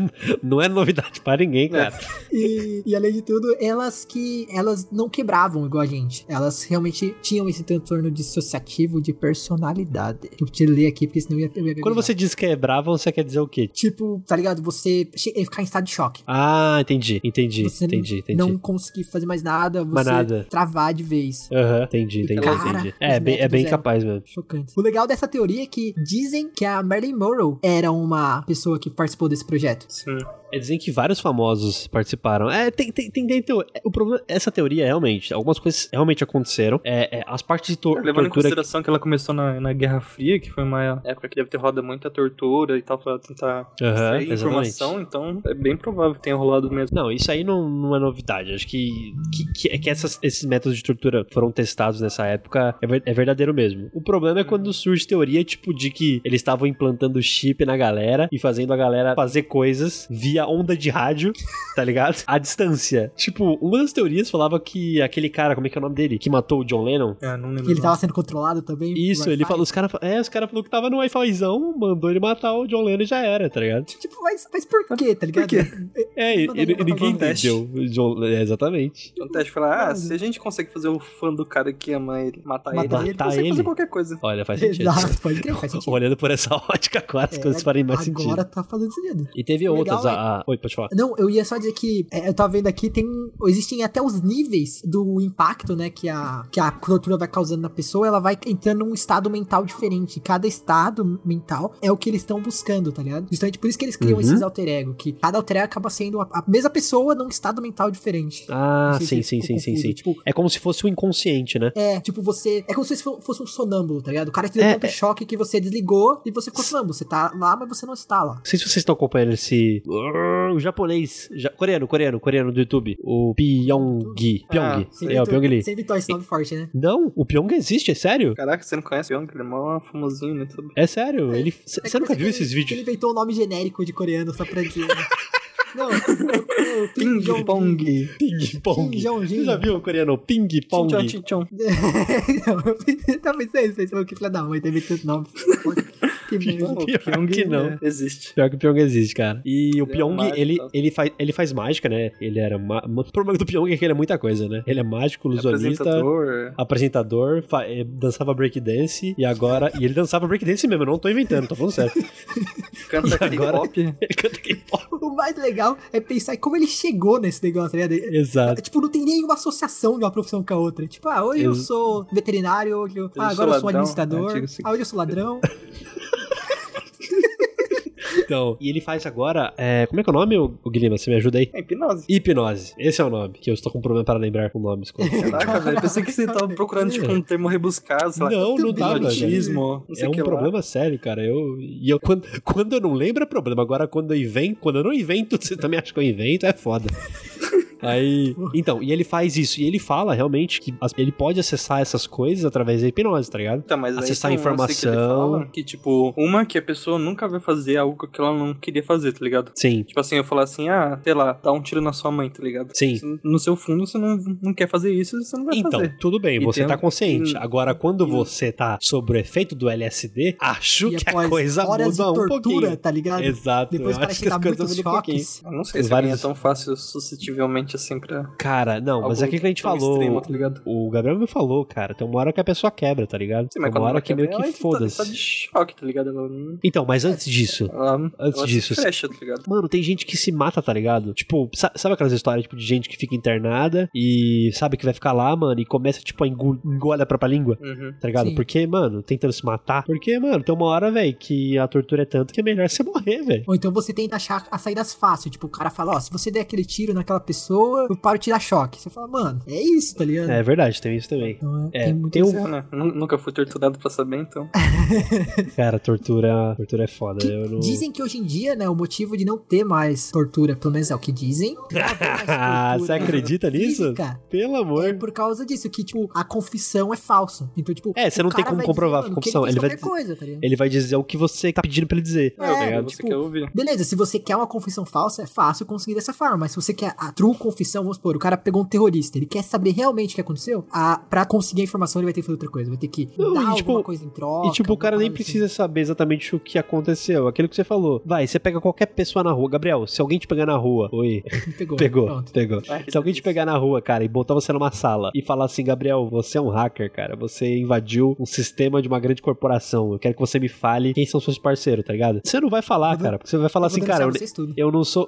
Speaker 4: não é novidade para ninguém, cara.
Speaker 5: E, e, além de tudo, elas que elas não quebravam igual a gente. Elas realmente tinham esse transtorno dissociativo de personalidade. Que eu te ler aqui, porque senão eu ia, eu ia
Speaker 4: Quando você diz que é brava, você quer dizer o quê?
Speaker 5: Tipo, tá ligado? Você che- ia ficar em estado de choque.
Speaker 4: Ah, entendi, entendi,
Speaker 5: Você
Speaker 4: entendi, entendi.
Speaker 5: não conseguir fazer mais nada, você
Speaker 4: Mais nada. É.
Speaker 5: travar de vez.
Speaker 4: Aham, entendi, entendi,
Speaker 5: Cara,
Speaker 4: entendi.
Speaker 5: os
Speaker 4: É, bem, é
Speaker 5: métodos
Speaker 4: bem
Speaker 5: eram-
Speaker 4: capaz mesmo.
Speaker 5: Chocante. O legal dessa teoria é que dizem que a Marilyn Monroe era uma pessoa que participou desse projeto.
Speaker 6: Sim.
Speaker 4: É, dizem que vários famosos participaram. É, tem, tem, tem, tem teo- é, O problema, essa teoria realmente, algumas coisas realmente aconteceram. É, é, as partes de tor
Speaker 6: Levando em
Speaker 4: tortura.
Speaker 6: consideração que ela começou na, na Guerra Fria, que foi uma época que deve ter rolado muita tortura e tal, pra tentar
Speaker 4: Aham,
Speaker 6: extrair informação, então é bem provável que tenha rolado mesmo.
Speaker 4: Não, isso aí não, não é novidade. Acho que, que, que- é que essas- esses métodos de tortura foram testados nessa época é, ver- é verdadeiro mesmo. O problema é
Speaker 5: Uhum.
Speaker 4: quando surge teoria, tipo, de que eles estavam implantando chip na galera e fazendo a galera fazer coisas via onda de rádio, tá ligado? À distância. Tipo, uma das teorias falava que aquele cara, como é que é o nome dele? Que matou o John Lennon.
Speaker 6: É, não
Speaker 5: Que ele tava sendo controlado também. por
Speaker 4: Hum. Isso, ele
Speaker 5: Wi-Fi.
Speaker 4: falou, os caras é, os cara falou que tava no Wi-Fizão, mandou ele matar o John Lennon e já era, tá ligado?
Speaker 5: Tipo, mas, mas por quê, tá ligado?
Speaker 4: É, e,
Speaker 5: Mandou ele
Speaker 4: e-
Speaker 5: matar o
Speaker 4: ninguém
Speaker 5: John Lennon.
Speaker 4: entendeu. O John- é, exatamente.
Speaker 6: Então, o teste falar, ah, se a gente consegue fazer o fã do cara que ama ele, matar,
Speaker 4: Matar
Speaker 6: ele,
Speaker 4: ele.
Speaker 6: ele consegue
Speaker 4: Matar ele?
Speaker 6: fazer qualquer coisa.
Speaker 4: Olha, faz sentido.
Speaker 5: Exato, pode crer, faz sentido.
Speaker 4: Olhando por essa ótica, quase as coisas
Speaker 5: É,
Speaker 4: farem mais
Speaker 5: Agora
Speaker 4: sentido.
Speaker 5: tá fazendo sentido.
Speaker 4: E teve
Speaker 5: O legal
Speaker 4: outras.
Speaker 5: é-
Speaker 4: a- a- Oi, pode falar.
Speaker 5: Não, eu ia só dizer que é, eu tava vendo aqui, tem. Existem até os níveis do impacto, né? Que a, que a tortura vai causando na pessoa, ela vai entrando num estado mental diferente. Cada estado mental é o que eles estão buscando, tá ligado? Justamente por isso que eles criam
Speaker 4: Uhum.
Speaker 5: esses alter ego, que cada alter ego acaba sendo a, a mesma pessoa num estado mental diferente.
Speaker 4: Ah,
Speaker 5: Não sei
Speaker 4: sim,
Speaker 5: se ficou
Speaker 4: sim, sim, sim,
Speaker 5: confuso,
Speaker 4: sim.
Speaker 5: tipo-
Speaker 4: É como se fosse o inconsciente, né?
Speaker 5: É, tipo, você. É como se fo- fosse um sonâmbulo, tá ligado? O cara te deu
Speaker 4: É,
Speaker 5: tanto
Speaker 4: é.
Speaker 5: choque que você desligou e você ficou sonâmbulo. Você tá lá, mas você não está lá.
Speaker 4: Não sei se vocês estão acompanhando esse. uh, O japonês. ja- Coreano, coreano, coreano do YouTube. O Pyong.
Speaker 5: Ah,
Speaker 4: Pyong.
Speaker 5: Sem
Speaker 4: é, o
Speaker 5: Vitor-
Speaker 4: Pyong Lee.
Speaker 5: Sem Vitória, esse nome forte, né?
Speaker 4: Não, o Pyong existe, é sério?
Speaker 6: Caraca, você não conhece o Young, ele é mó famosinho no YouTube.
Speaker 4: É sério. Ele... c-
Speaker 5: É que
Speaker 4: Você nunca
Speaker 5: pensa
Speaker 4: viu
Speaker 5: que
Speaker 4: esses
Speaker 5: ele- que
Speaker 4: vídeos?
Speaker 5: Ele inventou o nome genérico de coreano só pra dizer. né? Não, o- o Ping
Speaker 6: Ping
Speaker 5: Jong.
Speaker 6: Pong.
Speaker 4: Ping
Speaker 5: Kim
Speaker 4: Pong.
Speaker 5: Jong-un.
Speaker 4: Você já viu o coreano Ping Pong?
Speaker 6: Tchau, tchau, tchau.
Speaker 5: Não, tá pensando isso, pensando que filha da mãe, teve tantos nomes. Que merda.
Speaker 6: O
Speaker 4: Pior
Speaker 6: Pyong
Speaker 4: que não.
Speaker 6: né, Existe.
Speaker 4: Pior que o Pyong existe, cara. E o
Speaker 6: Ele é
Speaker 4: Pyong,
Speaker 6: mágico,
Speaker 4: ele,
Speaker 6: tá?
Speaker 4: ele, faz, ele faz mágica, né? Ele era. Ma... O problema do Pyong é que ele é muita coisa, né? Ele é mágico, ilusionista,
Speaker 6: Apresentador.
Speaker 4: apresentador, fa- eh, dançava breakdance e agora. e ele dançava breakdance mesmo, eu não tô inventando, tô falando sério.
Speaker 6: Canta aquele
Speaker 4: agora-
Speaker 6: pop.
Speaker 4: ele canta K-pop.
Speaker 5: O mais legal é pensar em como ele chegou nesse negócio, tá ligado?
Speaker 4: Exato.
Speaker 5: Tipo, não tem nenhuma associação de uma profissão com a outra. Tipo, ah, hoje eu
Speaker 4: Ex-
Speaker 5: sou veterinário, hoje eu-
Speaker 6: sou
Speaker 5: ah, agora eu sou
Speaker 6: ladrão,
Speaker 5: administrador,
Speaker 6: antigo sim.
Speaker 5: ah, hoje eu sou ladrão.
Speaker 4: Então, e ele faz agora. eh, como é que é o nome, ô- ô Guilherme? Você me ajuda aí?
Speaker 6: É hipnose.
Speaker 4: Hipnose. Esse é o nome, que eu estou com problema para lembrar com nomes. quando-
Speaker 6: Caraca, velho. Pensei que você tava procurando, tipo, um termo rebuscado, sei lá.
Speaker 4: Não, não
Speaker 5: bem,
Speaker 4: tava.
Speaker 5: gente.
Speaker 4: velho.
Speaker 6: Hipnotismo, não sei
Speaker 4: É
Speaker 6: o
Speaker 4: um
Speaker 6: que lá.
Speaker 4: problema sério, cara. Eu, e eu quando, quando eu não lembro é problema. Agora, quando eu invento, quando eu não invento, você também acha que eu invento, é foda. Aí, então, e ele faz isso. E ele fala realmente que as- ele pode acessar essas coisas através da hipnose, tá ligado?
Speaker 6: Tá, mas aí
Speaker 4: Acessar
Speaker 6: tem um lance Que, ele
Speaker 4: informação.
Speaker 6: fala, que, tipo, uma que a pessoa nunca vai fazer algo que ela não queria fazer, tá ligado?
Speaker 4: Sim.
Speaker 6: Tipo assim, eu falar assim, ah, sei lá, dá um tiro na sua mãe, tá ligado?
Speaker 4: Sim.
Speaker 6: Você- No seu fundo, você não, não quer fazer isso, você não vai
Speaker 4: Então,
Speaker 6: fazer.
Speaker 4: tudo bem,
Speaker 6: E
Speaker 4: você
Speaker 6: tem
Speaker 4: tá
Speaker 6: um-
Speaker 4: consciente.
Speaker 6: e-
Speaker 4: Agora, quando
Speaker 6: e-
Speaker 4: você tá sob o efeito do LSD, acho
Speaker 5: E
Speaker 4: que
Speaker 5: após
Speaker 4: a coisa
Speaker 5: horas
Speaker 4: muda
Speaker 5: de
Speaker 4: um
Speaker 5: tortura,
Speaker 4: pouquinho.
Speaker 5: tá ligado?
Speaker 4: Exato.
Speaker 5: Depois
Speaker 4: eu
Speaker 5: para
Speaker 4: acho que
Speaker 5: te
Speaker 4: as
Speaker 6: tá
Speaker 5: dar
Speaker 4: coisas
Speaker 5: muitos
Speaker 4: mudam um pouquinho.
Speaker 5: choques.
Speaker 6: Eu não sei se
Speaker 4: vários-
Speaker 6: alguém é tão fácil, suscetivelmente, assim, pra...
Speaker 4: Cara, não,
Speaker 6: algo
Speaker 4: mas é aquilo que a gente
Speaker 6: tão
Speaker 4: falou.
Speaker 6: extremo, tá ligado?
Speaker 4: O Gabriel me falou, cara, tem uma hora que a pessoa quebra, tá ligado?
Speaker 6: Sim,
Speaker 4: tem
Speaker 6: quando
Speaker 4: uma hora
Speaker 6: ela
Speaker 4: que
Speaker 6: quebra,
Speaker 4: meio que
Speaker 6: ela Tá, tá de
Speaker 4: foda-se.
Speaker 6: choque, tá ligado? Ela, não-
Speaker 4: Então, mas antes disso,
Speaker 6: ela,
Speaker 4: Antes
Speaker 6: ela
Speaker 4: disso,
Speaker 6: se fecha, tá ligado?
Speaker 4: mano, tem gente que se mata, tá ligado? Tipo, sa- sabe aquelas histórias tipo, de gente que fica internada e sabe que vai ficar lá, mano, e começa, tipo, a engo- engole a própria língua?
Speaker 6: Uhum.
Speaker 4: Tá ligado?
Speaker 5: Sim.
Speaker 4: Porque, mano, tentando se matar. Porque, mano, tem uma hora, velho, que a tortura é tanto que é melhor você morrer, velho.
Speaker 5: Ou então você tenta achar as saídas fáceis. Tipo, o cara fala, ó, se você der aquele tiro naquela pessoa, eu paro de tirar choque. Você fala, mano, é isso, tá ligado?
Speaker 4: É verdade, tem isso também.
Speaker 5: Então,
Speaker 4: É,
Speaker 5: tem muito
Speaker 4: eu-
Speaker 5: essa-
Speaker 6: Sei lá, nu- né? Nunca fui torturado pra saber, então.
Speaker 4: Cara, tortura, tortura é foda.
Speaker 5: Que
Speaker 4: eu não...
Speaker 5: Dizem que hoje em dia, né, o motivo de não ter mais tortura, pelo menos é o que dizem. não haver
Speaker 4: Ah,
Speaker 5: mais
Speaker 4: você acredita nisso?
Speaker 5: física,
Speaker 4: Pelo amor
Speaker 5: É por causa disso, que, tipo, a confissão é falsa. Então, tipo,
Speaker 4: É, você
Speaker 5: o
Speaker 4: não tem
Speaker 5: cara
Speaker 4: como
Speaker 5: vai
Speaker 4: comprovar
Speaker 5: dizer,
Speaker 4: a
Speaker 5: mano, que
Speaker 4: confissão,
Speaker 5: Ele,
Speaker 4: ele vai
Speaker 5: fez qualquer coisa, tá ligado?
Speaker 4: Ele vai dizer o que você tá pedindo pra ele dizer.
Speaker 5: É,
Speaker 4: tá ligado?
Speaker 6: você
Speaker 5: tipo,
Speaker 6: quer ouvir.
Speaker 5: Beleza, se você quer uma confissão falsa, é fácil conseguir dessa forma. Mas se você quer a true confissão, vamos supor, o cara pegou um terrorista, ele quer saber realmente o que aconteceu, a, pra conseguir a informação ele vai ter que fazer outra coisa, vai ter que
Speaker 4: Não,
Speaker 5: dar
Speaker 4: e, tipo,
Speaker 5: alguma coisa em troca.
Speaker 4: E tipo, o cara
Speaker 5: alguma
Speaker 4: nem
Speaker 5: coisa assim.
Speaker 4: precisa saber exatamente o que aconteceu. Aquilo que você falou. Vai, você pega qualquer pessoa na rua. Gabriel, se alguém te pegar na rua. Oi.
Speaker 5: Ele assim. Pegou.
Speaker 4: Pegou,
Speaker 5: Pronto.
Speaker 4: pegou.
Speaker 6: Ai, que
Speaker 4: Se alguém te pegar na rua, cara, e botar você numa sala e falar assim, Gabriel, você é um hacker, cara. Você invadiu um sistema de uma grande corporação. Eu quero que você me fale quem são seus parceiros, tá ligado? Você não vai falar,
Speaker 5: Eu vou-
Speaker 4: cara. Porque você vai falar
Speaker 5: Eu vou
Speaker 4: assim,
Speaker 5: denunciar
Speaker 4: cara, eu,
Speaker 5: vocês tudo.
Speaker 4: eu não sou.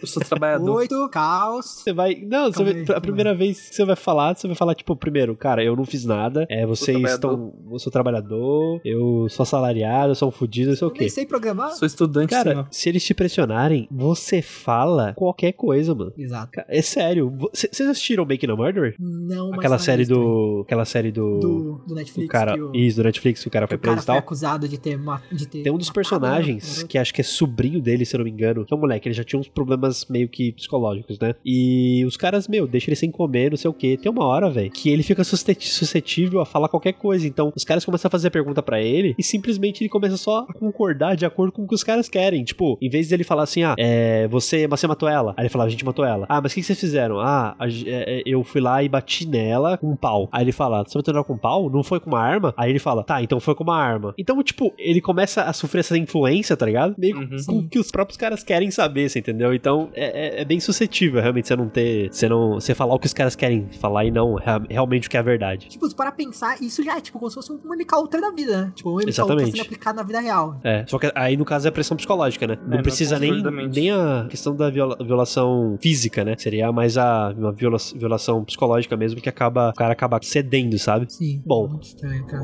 Speaker 6: Pessoa trabalhadora.
Speaker 5: Oito, caos.
Speaker 4: Você vai. Não, você
Speaker 5: Calma
Speaker 4: vai-
Speaker 5: aí,
Speaker 4: a primeira vez que você vai falar, você vai falar, tipo, primeiro, cara, eu não fiz nada. É, vocês estão. Eu sou trabalhador, eu sou assalariado, eu sou um fudido, eu sou o
Speaker 5: Nem
Speaker 4: quê?
Speaker 5: sei programar.
Speaker 6: Sou estudante,
Speaker 4: Cara,
Speaker 6: senhor.
Speaker 4: se eles te pressionarem, você fala qualquer coisa, mano.
Speaker 5: Exato.
Speaker 4: Ca- É sério. Vo- cê- Vocês assistiram Making a Murderer?
Speaker 5: Não, mas
Speaker 4: Aquela
Speaker 5: não é
Speaker 4: série
Speaker 5: isso também.
Speaker 4: do. Aquela série do.
Speaker 5: Do, do
Speaker 4: o
Speaker 5: Netflix.
Speaker 4: cara.
Speaker 5: que o,
Speaker 4: Isso, do Netflix, que o cara
Speaker 5: que
Speaker 4: foi
Speaker 5: o cara
Speaker 4: preso e
Speaker 5: foi
Speaker 4: tal.
Speaker 5: acusado de ter, ma- de ter
Speaker 4: Tem um dos
Speaker 5: matado
Speaker 4: personagens,
Speaker 5: um-
Speaker 4: que acho que é sobrinho dele, se eu não me engano, que é um moleque, ele já tinha uns problemas meio que psicológicos, né? E os caras, meu, deixam ele sem comer, não sei o quê. Tem uma hora, velho, que ele fica suscet- suscetível a falar qualquer coisa. Então, os caras começam a fazer pergunta pra ele e simplesmente ele começa só a concordar de acordo com o que os caras querem. Tipo, em vez dele falar assim, ah, é, você, você matou ela. Aí ele fala, a gente matou ela. Ah, mas o que, que vocês fizeram? Ah, a ge- é, é, eu fui lá e bati nela com um pau. Aí ele fala, você bateu nela com um pau? Não foi com uma arma? Aí ele fala, tá, então foi com uma arma. Então, tipo, ele começa a sofrer essa influência, tá ligado? Meio
Speaker 6: Uhum.
Speaker 4: com o que os próprios caras querem saber, você entendeu? Então, é, é- é bem suscetível, realmente, você não ter... Você não... Você falar o que os caras querem falar e não rea- realmente o que é a verdade.
Speaker 5: Tipo, se parar pra pensar, isso já é tipo como se fosse um MK Ultra da vida, né? Tipo, um MK Ultra
Speaker 4: Exatamente.
Speaker 5: sendo aplicado na vida real.
Speaker 4: É, só que aí no caso é a pressão psicológica, né? Não
Speaker 6: não
Speaker 4: precisa nem,
Speaker 6: consolidamente.
Speaker 4: nem a questão da viola- violação física, né? Seria mais a uma viola- violação psicológica mesmo que acaba o cara acaba cedendo, sabe?
Speaker 5: Sim. é
Speaker 4: Bom.
Speaker 5: Muito estranho, cara.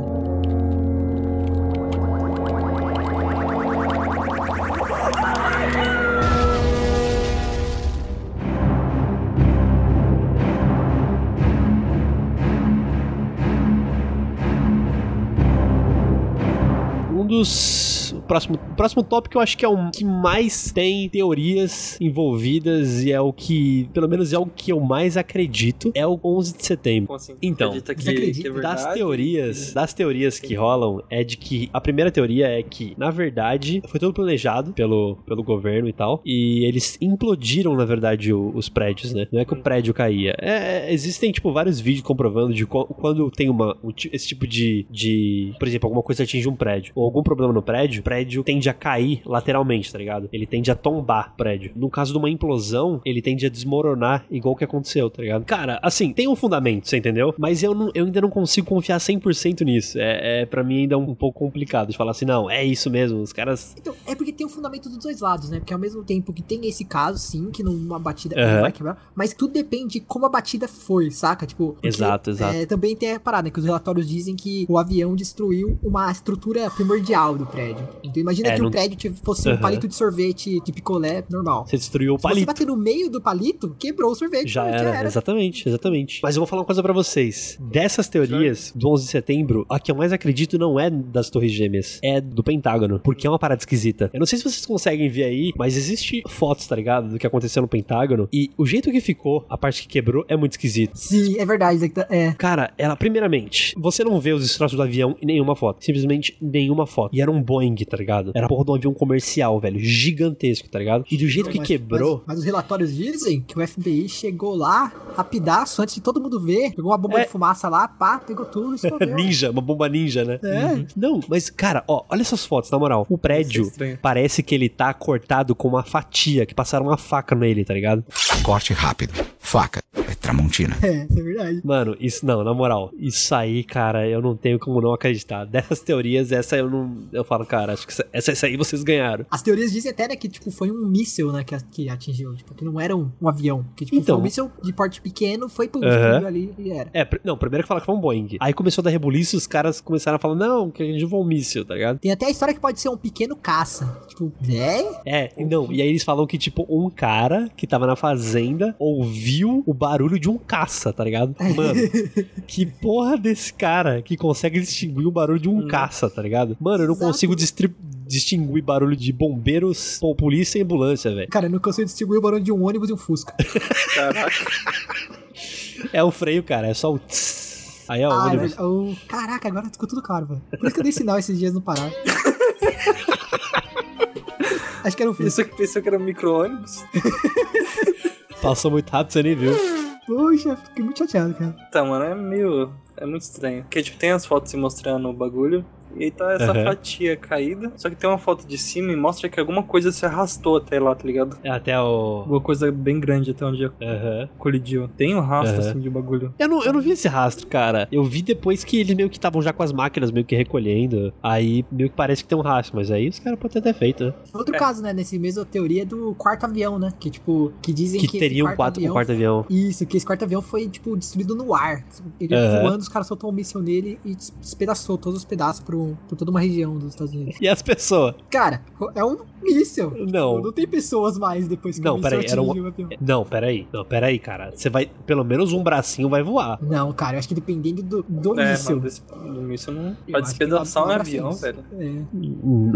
Speaker 4: Um dos o próximo o próximo tópico eu acho que é um que mais tem teorias envolvidas e é o que, pelo menos é o que eu mais acredito, é o 11 de setembro.
Speaker 6: Como assim?
Speaker 4: Então,
Speaker 6: acredita que,
Speaker 5: você acredita?
Speaker 6: que é verdade?
Speaker 4: das teorias, das teorias que rolam é de que a primeira teoria é que, na verdade, foi tudo planejado pelo, pelo governo e tal, e eles implodiram, na verdade, o- os prédios, né? Não é que
Speaker 6: Uhum.
Speaker 4: o prédio caía. É, é- existem, tipo, vários vídeos comprovando de co- quando tem uma, um ti- esse tipo de, de, por exemplo, alguma coisa atinge um prédio, ou algum problema no prédio, o prédio tende a cair lateralmente, tá ligado? Ele tende a tombar o prédio. No caso de uma implosão, ele tende a desmoronar igual o que aconteceu, tá ligado? Cara, assim, tem um fundamento, você entendeu? Mas eu, não- eu ainda não consigo confiar 100% nisso. É, é para mim ainda um pouco complicado de falar assim, não, é isso mesmo, os caras...
Speaker 5: Então, é porque tem o fundamento dos dois lados, né? Porque ao mesmo tempo que tem esse caso, sim, que numa batida
Speaker 4: Aham.
Speaker 5: vai quebrar, mas tudo depende de como a batida foi, saca? Tipo, porque,
Speaker 4: Exato, exato.
Speaker 5: é, também tem a parada, que os relatórios dizem que o avião destruiu uma estrutura primordial do prédio. Então imagina
Speaker 4: É,
Speaker 5: que
Speaker 4: não-
Speaker 5: o prédio tive- fosse um
Speaker 4: Aham.
Speaker 5: palito de sorvete de picolé normal.
Speaker 4: Você destruiu o
Speaker 5: Se você
Speaker 4: palito.
Speaker 5: bater no meio do palito, quebrou o sorvete.
Speaker 4: Já era, exatamente, exatamente. Mas eu vou falar uma coisa pra vocês. Dessas teorias do 11 de setembro, a que eu mais acredito não é das Torres Gêmeas, é do Pentágono, porque é uma parada esquisita. Eu não sei se vocês conseguem ver aí, mas existe fotos, tá ligado, do que aconteceu no Pentágono e o jeito que ficou, a parte que quebrou é muito esquisito.
Speaker 5: Sim, é verdade. É.
Speaker 4: Cara, ela, primeiramente, você não vê os destroços do avião em nenhuma foto. Simplesmente nenhuma foto. E era um Boeing, tá ligado? Era a porra de um avião comercial, velho. Gigantesco, tá ligado? E do jeito que
Speaker 5: Mas-
Speaker 4: quebrou.
Speaker 5: Mas, mas os relatórios dizem que o FBI chegou lá rapidaço, antes de todo mundo ver, pegou uma bomba
Speaker 4: É.
Speaker 5: de fumaça lá, pá, pegou tudo, escondeu.
Speaker 4: ninja, uma bomba ninja, né?
Speaker 5: É.
Speaker 4: Não, mas, cara, ó, olha essas fotos, na moral. O prédio
Speaker 6: Isso é estranho.
Speaker 4: parece que ele tá cortado com uma fatia, que passaram uma faca nele, tá ligado?
Speaker 12: Corte rápido. Faca. É Tramontina.
Speaker 5: É, isso é verdade.
Speaker 4: Mano, isso não, na moral. Isso aí, cara, eu não tenho como não acreditar. Dessas teorias, essa eu não. Eu falo, cara, acho que essa, essa, essa aí vocês ganharam.
Speaker 5: As teorias dizem até né, que tipo, foi um míssil né, que, a- que atingiu, tipo, que não era um, um avião. Que tipo,
Speaker 4: Então.
Speaker 5: foi um míssil de porte pequeno, foi pro
Speaker 4: Aham.
Speaker 5: explodiu ali e era.
Speaker 4: É, pr- não, primeiro que falaram que foi um Boeing. Aí começou a dar rebuliço, os caras começaram a falar, não, que a gente voou um míssil, tá ligado?
Speaker 5: Tem até a história que pode ser um pequeno caça. Tipo, véi?
Speaker 4: É, não, e aí eles falam que, tipo, um cara que tava na fazenda ouviu o barulho de um caça, tá ligado?
Speaker 5: É.
Speaker 4: Mano, que porra desse cara que consegue distinguir o barulho de um caça, tá ligado? Mano, eu não
Speaker 5: Exato.
Speaker 4: consigo distri- distinguir barulho de bombeiros, ou polícia e ambulância, velho.
Speaker 5: Cara, eu não consigo distinguir o barulho de um ônibus e um Fusca.
Speaker 6: Caraca,
Speaker 4: É o freio, cara, é só o tss. Aí é o
Speaker 5: Ah, é
Speaker 4: ônibus.
Speaker 5: verdade. Oh, caraca, agora ficou tudo caro, velho. Por isso que eu dei sinal esses dias no Pará. Acho que era um Fusca.
Speaker 6: pensou que pensou que era um micro-ônibus?
Speaker 4: Passou muito rápido, você nem viu.
Speaker 5: Poxa,
Speaker 6: Então,
Speaker 5: fiquei muito chateado, cara.
Speaker 6: Tá, mano, é meio. É muito estranho. Porque, tipo, tem as fotos se mostrando o bagulho. E aí tá essa
Speaker 4: Aham.
Speaker 6: fatia caída. Só que tem uma foto de cima e mostra que alguma coisa se arrastou até lá, tá ligado?
Speaker 4: É até o.
Speaker 6: Alguma coisa bem grande até onde colidiu. Tem um rastro
Speaker 4: Aham.
Speaker 6: assim de bagulho.
Speaker 4: Eu não, eu não vi esse rastro, cara. Eu vi depois que eles meio que estavam já com as máquinas meio que recolhendo. Aí meio que parece que tem um rastro, mas aí os caras podem ter até feito, né?
Speaker 5: Outro caso, né, nesse mesmo teoria do quarto avião, né? Que tipo, que dizem que.
Speaker 4: Que
Speaker 5: esse
Speaker 4: teria um quarto, um quarto avião.
Speaker 5: Isso, que esse quarto avião foi, tipo, destruído no ar. Ele
Speaker 4: Aham.
Speaker 5: voando, os caras soltaram um míssil nele e despedaçou todos os pedaços pro, por toda uma região dos Estados Unidos.
Speaker 4: E as pessoas?
Speaker 5: Cara, é um míssil.
Speaker 4: Não.
Speaker 5: Não tem pessoas mais depois que o
Speaker 4: Não,
Speaker 5: míssil
Speaker 4: peraí, era um.
Speaker 5: atingiu o avião.
Speaker 4: Não, peraí. Não, peraí, cara. Você vai. Pelo menos um bracinho vai voar.
Speaker 5: Não, cara, eu acho que dependendo do, do
Speaker 6: é,
Speaker 5: míssil.
Speaker 6: mano, esse- isso não.
Speaker 5: Eu
Speaker 6: Pra
Speaker 5: acho que
Speaker 6: despedaçar um
Speaker 5: dá pra
Speaker 6: avião,
Speaker 5: fazer
Speaker 6: velho.
Speaker 5: É.
Speaker 4: Hum,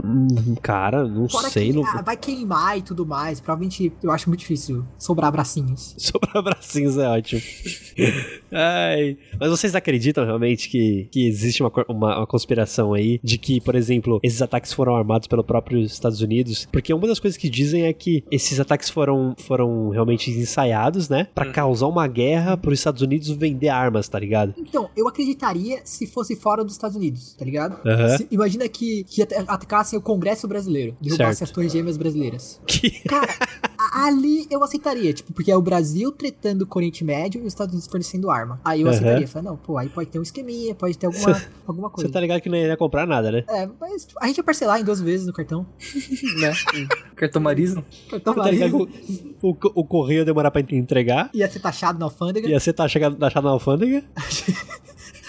Speaker 4: hum, Cara, não
Speaker 5: Fora
Speaker 4: sei.
Speaker 5: que
Speaker 4: Não...
Speaker 5: ah, vai queimar e tudo mais. Provavelmente eu acho muito difícil sobrar bracinhos.
Speaker 4: Sobrar bracinhos é ótimo. Ai. Mas vocês acreditam realmente que, que existe uma, co- uma, uma conspiração aí de que, por exemplo, esses ataques foram armados pelo próprio Estados Unidos? Porque uma das coisas que dizem é que esses ataques foram, foram realmente ensaiados, né? Pra causar uma guerra pros Estados Unidos vender armas, tá ligado?
Speaker 5: Então, eu acreditaria se fosse fora dos Estados Unidos, tá ligado?
Speaker 4: Aham.
Speaker 5: Se- imagina que, que at- atacassem o Congresso brasileiro, derrubassem
Speaker 4: Certo.
Speaker 5: as torres gêmeas brasileiras. Cara, a- ali eu aceitaria, tipo, porque é o Brasil tretando com o Oriente Médio e os Estados Unidos fornecendo arma. Aí eu
Speaker 4: Aham.
Speaker 5: aceitaria, falei, não, pô, aí pode ter um esqueminha, pode ter alguma, alguma
Speaker 4: Você
Speaker 5: coisa.
Speaker 4: tá ligado que não ia comprar nada, né?
Speaker 5: É, mas tipo, a gente ia parcelar em duas vezes no cartão.
Speaker 6: né? Cartomarismo.
Speaker 5: cartão
Speaker 4: Tá ligado
Speaker 5: marido.
Speaker 4: que o, o, co- o correio ia demorar pra entregar?
Speaker 5: Ia ser taxado na alfândega.
Speaker 4: Ia ser tá taxado taxado na alfândega?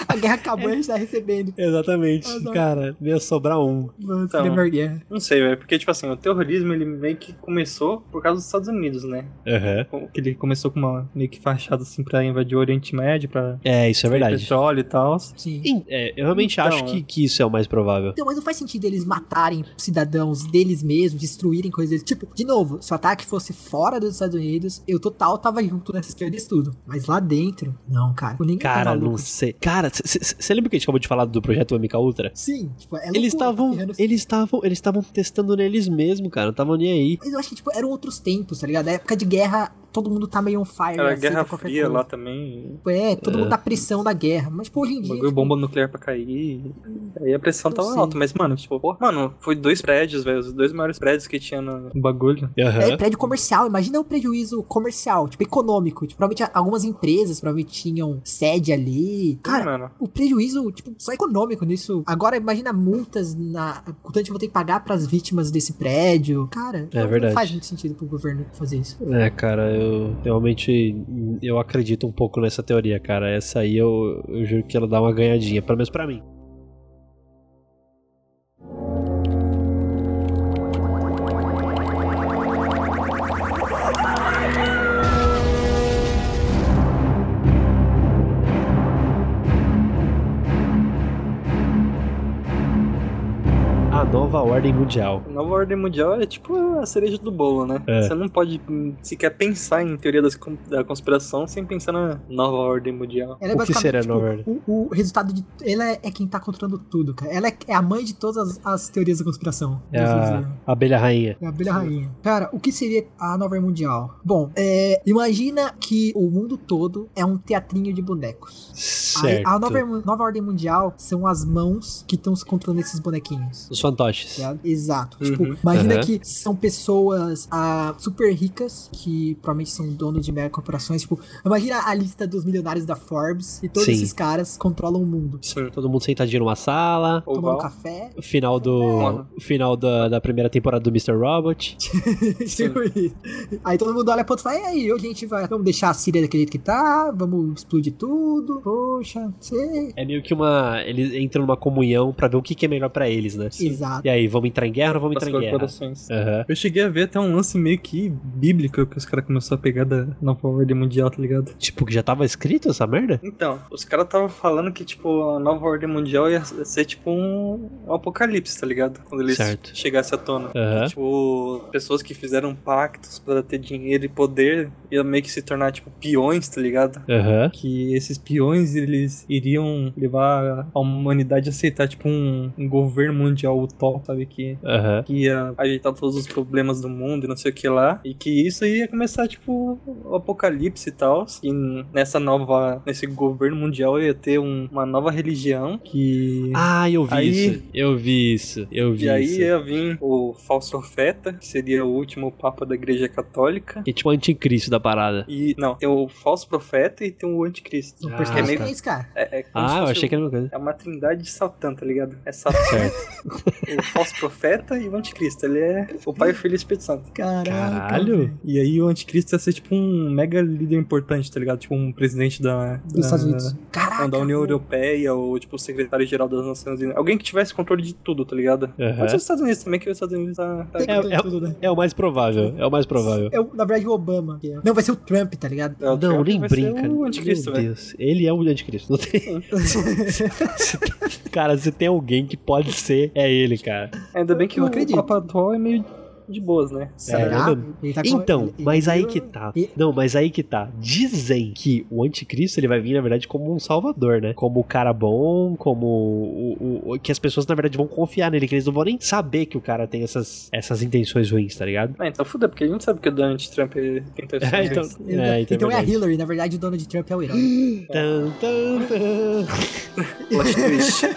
Speaker 5: A guerra acabou e a gente tá recebendo.
Speaker 4: Exatamente.
Speaker 5: Azar.
Speaker 4: Cara, ia sobrar um.
Speaker 5: Mano,
Speaker 6: Então.
Speaker 5: primeira guerra.
Speaker 6: Não sei, velho. Porque, tipo assim, o terrorismo ele meio que começou por causa dos Estados Unidos, né?
Speaker 4: Aham.
Speaker 6: Com- que Ele começou com uma meio que fachada assim pra invadir o Oriente Médio, pra
Speaker 4: É, isso é verdade.
Speaker 6: petróleo e tal.
Speaker 5: Sim.
Speaker 4: Em- é, eu realmente
Speaker 6: Então,
Speaker 4: acho que, que isso é o mais provável.
Speaker 5: Então, mas não faz sentido eles matarem cidadãos deles mesmos, destruírem coisas deles. Tipo, de novo, se o ataque fosse fora dos Estados Unidos, eu total tava junto nessas teorias tudo. Mas lá dentro, não, cara. Ninguém tá
Speaker 4: Cara,
Speaker 5: maluco.
Speaker 4: não sei. Cara, você lembra que a gente acabou de falar do projeto MK Ultra?
Speaker 5: Sim, tipo, é loucura,
Speaker 4: Eles estavam,
Speaker 5: tá ferrando-
Speaker 4: eles estavam, eles estavam testando neles mesmo, cara. Não estavam nem aí.
Speaker 5: Mas eu acho que, tipo, eram outros tempos, tá ligado? Na época de guerra, todo mundo tá meio on fire.
Speaker 6: Era
Speaker 5: aceita
Speaker 6: É Guerra
Speaker 5: qualquer
Speaker 6: Fria
Speaker 5: coisa.
Speaker 6: lá também. um
Speaker 5: Tipo, É, todo mundo tá pressão da guerra. Mas, tipo, hoje em dia.
Speaker 6: Bagulho
Speaker 5: tipo,
Speaker 6: bomba nuclear pra cair. Aí a pressão
Speaker 5: Não
Speaker 6: tava
Speaker 5: sei.
Speaker 6: alta. Mas, mano, tipo, porra, mano, foi dois prédios, velho. Os dois maiores prédios que tinha no bagulho.
Speaker 5: É prédio comercial, imagina o prejuízo comercial, tipo, econômico. Tipo, provavelmente algumas empresas provavelmente tinham sede ali. Cara,
Speaker 6: mano.
Speaker 5: O prejuízo, tipo, só econômico nisso. Agora imagina multas na. Quanto a gente vai ter que pagar pras vítimas desse prédio. Cara,
Speaker 4: É verdade.
Speaker 5: não faz muito sentido pro governo fazer isso.
Speaker 4: É, cara, eu realmente eu acredito um pouco nessa teoria, cara. Essa aí eu, eu juro que ela dá uma ganhadinha, pelo menos pra mim. A nova ordem mundial.
Speaker 6: A nova ordem mundial é tipo a cereja do bolo, né?
Speaker 4: É.
Speaker 6: Você não pode hum, sequer pensar em teoria das con- da conspiração sem pensar na nova ordem mundial.
Speaker 5: Ela
Speaker 4: O que será,
Speaker 5: tipo,
Speaker 4: na verdade?
Speaker 5: o, o resultado de. Ela é, é quem tá controlando tudo, cara. Ela é, é a mãe de todas as, as teorias da conspiração.
Speaker 4: É
Speaker 5: eu vou
Speaker 4: a
Speaker 5: dizer.
Speaker 4: a abelha rainha.
Speaker 5: É a abelha rainha. Cara, o que seria a nova Ordem mundial? Bom, é, imagina que o mundo todo é um teatrinho de bonecos. Aí,
Speaker 4: Certo.
Speaker 5: a nova, nova ordem mundial são as mãos que estão controlando esses bonequinhos.
Speaker 4: Os fantoches.
Speaker 5: ligado? Exato.
Speaker 6: Uhum.
Speaker 5: Tipo, imagina
Speaker 4: Aham.
Speaker 5: que são pessoas ah, super ricas, que provavelmente são donos de mega corporações. Tipo, imagina a lista dos milionários da Forbes e todos
Speaker 4: Sim.
Speaker 5: esses caras controlam o mundo.
Speaker 6: Sim.
Speaker 4: Todo mundo sentadinho numa sala.
Speaker 5: Tomando
Speaker 6: Oval.
Speaker 5: café.
Speaker 4: O Final do.
Speaker 6: Mano.
Speaker 4: o Final da, da primeira temporada do Mr. Robot.
Speaker 5: Tipo isso. aí todo mundo olha pro outro e fala: e aí, hoje a gente vai. Vamos deixar a Síria daquele jeito que tá, vamos explodir tudo. Poxa, não sei.
Speaker 4: É meio que uma. Eles entram numa comunhão pra ver o que, que é melhor pra eles, né?
Speaker 5: Exato.
Speaker 4: E aí, vamos entrar em guerra ou não vamos
Speaker 6: Das
Speaker 4: entrar em guerra?
Speaker 6: corporações.
Speaker 4: Aham.
Speaker 6: É. Eu cheguei a ver até um lance meio que bíblico que os caras começaram a pegar da nova ordem mundial, tá ligado?
Speaker 4: Tipo, que já tava escrito essa merda?
Speaker 6: Então, os caras estavam falando que, tipo, a nova ordem mundial ia ser tipo um, um apocalipse, tá ligado? Quando eles
Speaker 4: Certo.
Speaker 6: chegassem à tona.
Speaker 4: Aham.
Speaker 6: Tipo, pessoas que fizeram pactos pra ter dinheiro e poder ia meio que se tornar, tipo, peões, tá ligado?
Speaker 4: Aham.
Speaker 6: Que esses peões, eles iriam levar a humanidade a aceitar, tipo, um, um governo mundial utop, sabe? que,
Speaker 4: Aham.
Speaker 6: que ia ajeitar todos os problemas do mundo e não sei o que lá. E que isso ia começar, tipo, o apocalipse e tal. E nessa nova. nesse governo mundial ia ter um- uma nova religião que.
Speaker 4: Ah, eu vi
Speaker 6: Aí-
Speaker 4: isso. Eu vi isso. Eu vi
Speaker 6: E aí
Speaker 4: isso.
Speaker 6: ia vir o falso profeta, que seria o último papa da igreja católica.
Speaker 4: Que é tipo o anticristo da parada.
Speaker 6: E não, tem o falso profeta e tem o anticristo.
Speaker 4: Ah,
Speaker 6: Porque é meio
Speaker 4: tá.
Speaker 5: Isso, cara.
Speaker 6: É, é como se
Speaker 4: Ah, eu
Speaker 6: fosse
Speaker 4: achei que era uma coisa.
Speaker 6: É uma trindade de Satã, tá ligado? É Satã, o falso profeta e o anticristo. Ele é o pai, o filho e o Espírito Santo.
Speaker 4: Caralho.
Speaker 6: E aí o anticristo ia ser tipo um mega líder importante, tá ligado? Tipo um presidente da...
Speaker 5: Dos
Speaker 6: da-
Speaker 5: Estados Unidos.
Speaker 4: Ah.
Speaker 5: Ah,
Speaker 6: não, da União Europeia ou tipo o secretário-geral das Nações Unidas. Alguém que tivesse controle de tudo, tá ligado?
Speaker 4: Aham.
Speaker 6: Pode ser os Estados Unidos também, que os Estados Unidos tá... tá-
Speaker 4: É, é- é o mais provável. É o mais provável.
Speaker 5: né? É, o- na verdade, o Obama. que é- Não, vai ser o Trump, tá ligado?
Speaker 6: Não,
Speaker 4: Não, nem
Speaker 6: vai ser
Speaker 4: brinca.
Speaker 6: o anticristo,
Speaker 4: Meu
Speaker 6: velho.
Speaker 4: Deus. Ele é o anticristo. Não tem... Se tem- cara, se tem alguém que pode ser, é ele, cara.
Speaker 6: Ainda bem que
Speaker 5: Eu
Speaker 6: o
Speaker 5: acredito.
Speaker 6: Papa atual é meio de boas, né?
Speaker 5: Será?
Speaker 4: É,
Speaker 5: Ele tá com-
Speaker 4: Então,
Speaker 5: ele-
Speaker 4: mas
Speaker 5: ele-
Speaker 4: aí que tá. Não, mas aí que tá. Dizem que o anticristo ele vai vir, na verdade, como um salvador, né? Como o cara bom, como o, o- o- que as pessoas, na verdade, vão confiar nele, que eles não vão nem saber que o cara tem essas, essas intenções ruins, tá ligado?
Speaker 6: Ah, então fuda, porque a gente não sabe que o Donald Trump é- tem intenções.
Speaker 4: É, então-
Speaker 6: ruins.
Speaker 5: ele-
Speaker 4: É, então é
Speaker 5: então é, a
Speaker 4: verdade.
Speaker 5: Hillary, na verdade, o Donald Trump é o herói.
Speaker 4: Tan, tan, tan.
Speaker 6: Plot twist.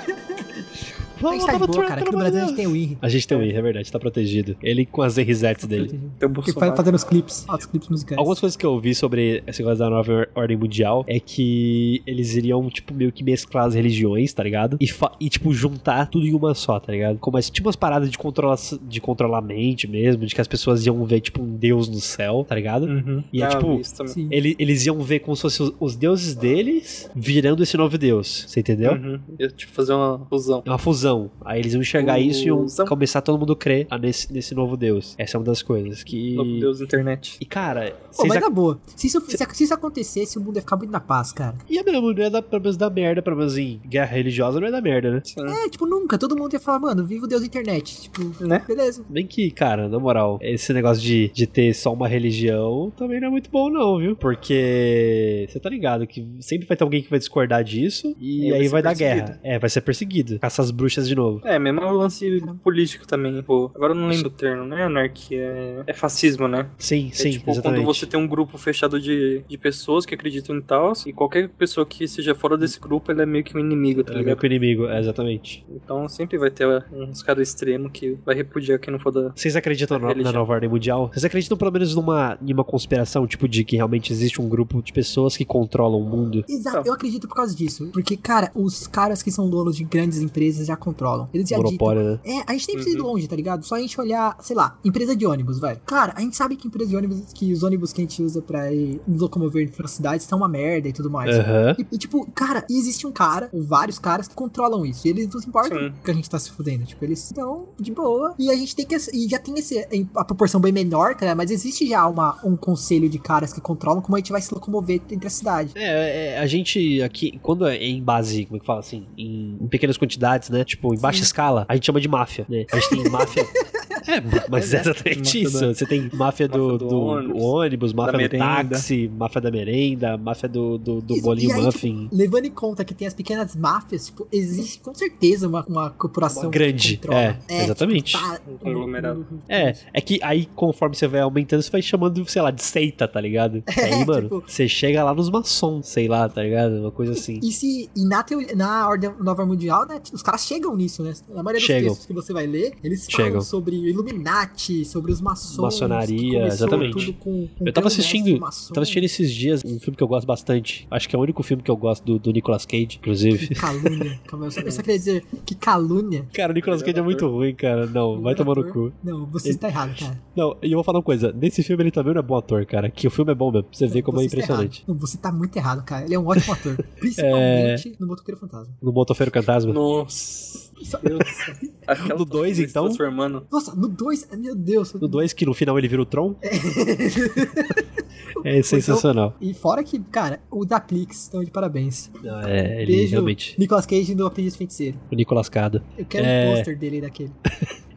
Speaker 5: a gente tá de boa, cara. Aqui no Brasil a gente tem o Henry.
Speaker 4: A gente tem um I, é verdade, tá protegido. Ele com as resettes dele.
Speaker 6: Tem o
Speaker 5: Que faz
Speaker 6: Bolsonaro.
Speaker 5: fazendo os clipes. Ah, os clipes musicais.
Speaker 4: Algumas coisas que eu vi sobre esse negócio da nova ordem mundial é que eles iriam, tipo, meio que mesclar as religiões, tá ligado? E, fa- e, tipo, juntar tudo em uma só, tá ligado? Como as, tipo umas paradas de, controla de controlar a mente mesmo, de que as pessoas iam ver, tipo, um deus no céu, tá ligado?
Speaker 6: Uhum.
Speaker 4: E é
Speaker 6: Ah, eu
Speaker 4: tipo,
Speaker 6: vi isso também.
Speaker 5: Sim.
Speaker 4: ele- eles iam ver como se fossem os, os deuses deles virando esse novo deus, você entendeu?
Speaker 6: Uhum. Eu, tipo, fazer uma fusão.
Speaker 4: É uma fusão. Aí eles iam enxergar isso e iam
Speaker 6: Fusão.
Speaker 4: começar todo mundo a crer ah, nesse, nesse novo deus. Essa é uma das coisas que...
Speaker 6: Novo Deus internet.
Speaker 4: E, cara,
Speaker 5: Pô,
Speaker 4: vocês
Speaker 5: mas na boa. Se isso, se, se isso acontecesse, o mundo ia ficar muito na paz, cara.
Speaker 4: Ia mesmo, não ia dar, pelo menos dar merda, pelo menos em guerra religiosa não ia dar merda, né?
Speaker 6: Sim.
Speaker 5: É, tipo, nunca. Todo mundo ia falar, mano, viva o Deus da internet. Tipo,
Speaker 6: Né?
Speaker 5: beleza.
Speaker 4: Bem que, cara, na moral, esse negócio de, de ter só uma religião também não é muito bom, não, viu? Porque você tá ligado que sempre vai ter alguém que vai discordar disso e
Speaker 6: E vai
Speaker 4: aí
Speaker 6: ser
Speaker 4: vai dar
Speaker 6: perseguido.
Speaker 4: guerra. É, vai ser perseguido. Caça as bruxas de novo.
Speaker 6: É, mesmo o lance político também. Tipo, agora eu não lembro o termo, né? Anarquia. É, é fascismo, né?
Speaker 4: Sim, sim,
Speaker 6: é tipo
Speaker 4: exatamente.
Speaker 6: quando você tem um grupo fechado de, de pessoas que acreditam em tal, e qualquer pessoa que seja fora desse grupo, ela é meio que um inimigo, tá
Speaker 4: É meio
Speaker 6: ligado?
Speaker 4: que o inimigo, é, exatamente.
Speaker 6: Então sempre vai ter uns caras extremos que vai repudiar quem não for da.
Speaker 4: Vocês acreditam no- na
Speaker 6: Religião.
Speaker 4: nova ordem mundial? Vocês acreditam pelo menos numa, em uma conspiração, tipo, de que realmente existe um grupo de pessoas que controlam o mundo?
Speaker 5: Exato,
Speaker 6: Então.
Speaker 5: eu acredito por causa disso. Porque, cara, os caras que são donos de grandes empresas já controlam. Eles já ditam.
Speaker 4: Monopólio, né?
Speaker 5: É, a gente nem precisa ir longe, tá ligado? Só a gente olhar, sei lá, empresa de ônibus, vai. Cara, a gente sabe que empresa de ônibus, que os ônibus que a gente usa pra ir nos locomover pra cidades são uma merda e tudo mais.
Speaker 4: né? Aham.
Speaker 5: E, e, tipo, cara, e existe um cara, ou vários caras que controlam isso. E eles não se importam
Speaker 6: Sim.
Speaker 5: que a gente tá se fudendo. Tipo, eles estão de boa. E a gente tem que. E já tem esse, a proporção bem menor, cara, mas existe já uma, um conselho de caras que controlam como a gente vai se locomover entre a cidade.
Speaker 4: É, é, a gente aqui, quando é em base, como é que fala assim? Em, em pequenas quantidades, né? Tipo, em baixa escala, a gente chama de máfia, né? A gente tem máfia. É, mas é exatamente
Speaker 6: Máfia
Speaker 4: isso.
Speaker 6: da-
Speaker 4: Você tem máfia do,
Speaker 6: máfia
Speaker 4: do,
Speaker 6: do
Speaker 4: ônibus,
Speaker 6: ônibus, da
Speaker 4: máfia do
Speaker 6: merenda.
Speaker 4: táxi, máfia da merenda, máfia do, do, do
Speaker 5: E- e
Speaker 4: bolinho
Speaker 5: aí,
Speaker 4: muffin.
Speaker 5: tipo, levando em conta que tem as pequenas máfias, tipo, existe com certeza uma, uma corporação que
Speaker 4: grande,
Speaker 5: controla.
Speaker 4: é, exatamente.
Speaker 5: tipo, tá-
Speaker 6: Um conglomerado.
Speaker 4: É, é que aí conforme você vai aumentando, você vai chamando, sei lá, de seita, tá ligado? Aí, mano,
Speaker 5: tipo-
Speaker 4: você chega lá nos maçons, sei lá, tá ligado? Uma coisa assim.
Speaker 5: E se e na, teoria, na ordem nova mundial, né, os caras chegam nisso, né? Na maioria dos
Speaker 4: Chegam.
Speaker 5: textos que você vai ler, eles falam
Speaker 4: Chegam.
Speaker 5: sobre o Illuminati, sobre os maçons. que
Speaker 4: Maçonaria,
Speaker 5: começou
Speaker 4: exatamente.
Speaker 5: tudo com- com
Speaker 4: Eu tava
Speaker 5: grande mestre
Speaker 4: assistindo,
Speaker 5: maçom.
Speaker 4: tava assistindo esses dias um filme que eu gosto bastante. Acho que é o único filme que eu gosto do, do Nicolas Cage, inclusive.
Speaker 5: Calúnia. Calma, eu, só, eu só queria dizer que calúnia.
Speaker 4: Cara, o Nicolas Cage é muito ruim, cara. Não, vai tomar no cu.
Speaker 5: Não, você está errado, cara.
Speaker 4: Não, e eu vou falar uma coisa. Nesse filme ele também não é bom ator, cara. Que o filme é bom mesmo. pra Você vê como
Speaker 5: Você
Speaker 4: é
Speaker 5: está
Speaker 4: impressionante.
Speaker 5: errado. Não, você tá muito errado, cara. Ele é um ótimo ator.
Speaker 4: É.
Speaker 5: Principalmente no Motoqueiro Fantasma.
Speaker 4: No Motofeiro Fantasma.
Speaker 6: Nossa. Meu Deus. Aquela
Speaker 4: No dois,
Speaker 6: transformação
Speaker 4: então?
Speaker 6: Transformando.
Speaker 5: Nossa, no 2, meu Deus.
Speaker 4: No 2, que no final ele vira o Tron. É sensacional.
Speaker 5: E fora que, cara, o da Plix, estão de parabéns.
Speaker 4: Não, é, ele
Speaker 5: Beijo,
Speaker 4: realmente.
Speaker 5: Nicolas Cage do Aprendiz Feiticeiro.
Speaker 4: O Nicolas Cado.
Speaker 5: Eu quero
Speaker 4: É.
Speaker 5: um pôster dele daquele.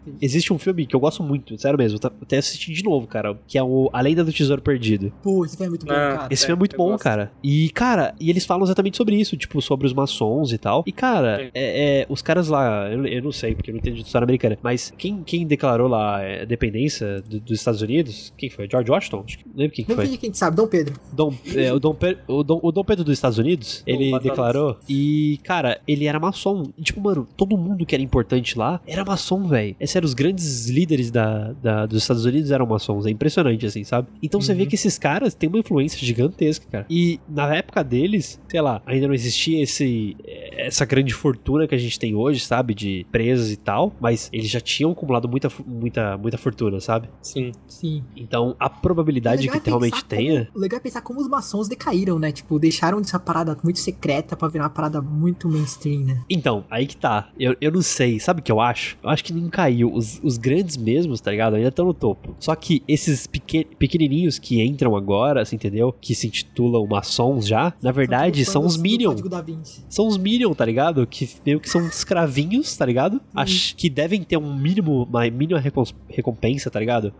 Speaker 5: entendi.
Speaker 4: Existe um filme que eu gosto muito, sério mesmo. eu Até assisti de novo, cara. Que é o A Lenda do Tesouro Perdido.
Speaker 5: Pô, esse filme é muito bom,
Speaker 6: Ah,
Speaker 5: cara.
Speaker 4: Esse filme é muito
Speaker 6: eu
Speaker 4: bom,
Speaker 6: gosto.
Speaker 4: cara. E, cara, e eles falam exatamente sobre isso, tipo, sobre os maçons e tal. E, cara, é, é, os caras lá, eu, eu não sei, porque eu não entendo de história americana, mas quem, quem declarou lá é, a dependência do- dos Estados Unidos? Quem foi? George Washington? Acho que não lembro quem que
Speaker 5: Vamos
Speaker 4: foi.
Speaker 5: fingir que a gente sabe, Dom Pedro.
Speaker 4: Dom, é, o, Dom Pe- o, Dom, o Dom Pedro dos Estados Unidos, ele
Speaker 6: Batata.
Speaker 4: declarou. E, cara, ele era maçom. E, tipo, mano, todo mundo que era importante lá era maçom, velho. É sério, os grandes líderes da, da- dos Estados Unidos eram maçons. É impressionante, assim, sabe? Então você vê que esses caras têm uma influência gigantesca, cara. E na época deles, sei lá, ainda não existia esse, essa grande fortuna que a gente tem hoje, sabe? De presas e tal. Mas eles já tinham acumulado muita, fu- muita, muita fortuna, sabe?
Speaker 6: Sim.
Speaker 5: Sim.
Speaker 4: Então a
Speaker 5: O
Speaker 4: probabilidade
Speaker 5: legal
Speaker 4: que
Speaker 5: é pensar
Speaker 4: realmente
Speaker 5: como-
Speaker 4: tenha.
Speaker 5: O legal é pensar como os maçons decaíram, né? Tipo, deixaram dessa parada muito secreta pra virar uma parada muito mainstream, né?
Speaker 4: Então, aí que tá. Eu, eu não sei. Sabe o que eu acho? Eu acho que não caiu. Os, os grandes mesmos, tá ligado? Ainda estão no topo. Só que esses peque- pequenininhos que entram agora, você entendeu? Que se intitulam maçons já, na verdade,
Speaker 5: Fã
Speaker 4: são
Speaker 5: do-
Speaker 4: os
Speaker 5: do
Speaker 4: Minion.
Speaker 5: tipo, um Código da Vinci.
Speaker 4: São os Minion, tá ligado? Que meio que são escravinhos, tá ligado? Ach- que devem ter um mínimo, uma mínima recons- recompensa, tá ligado?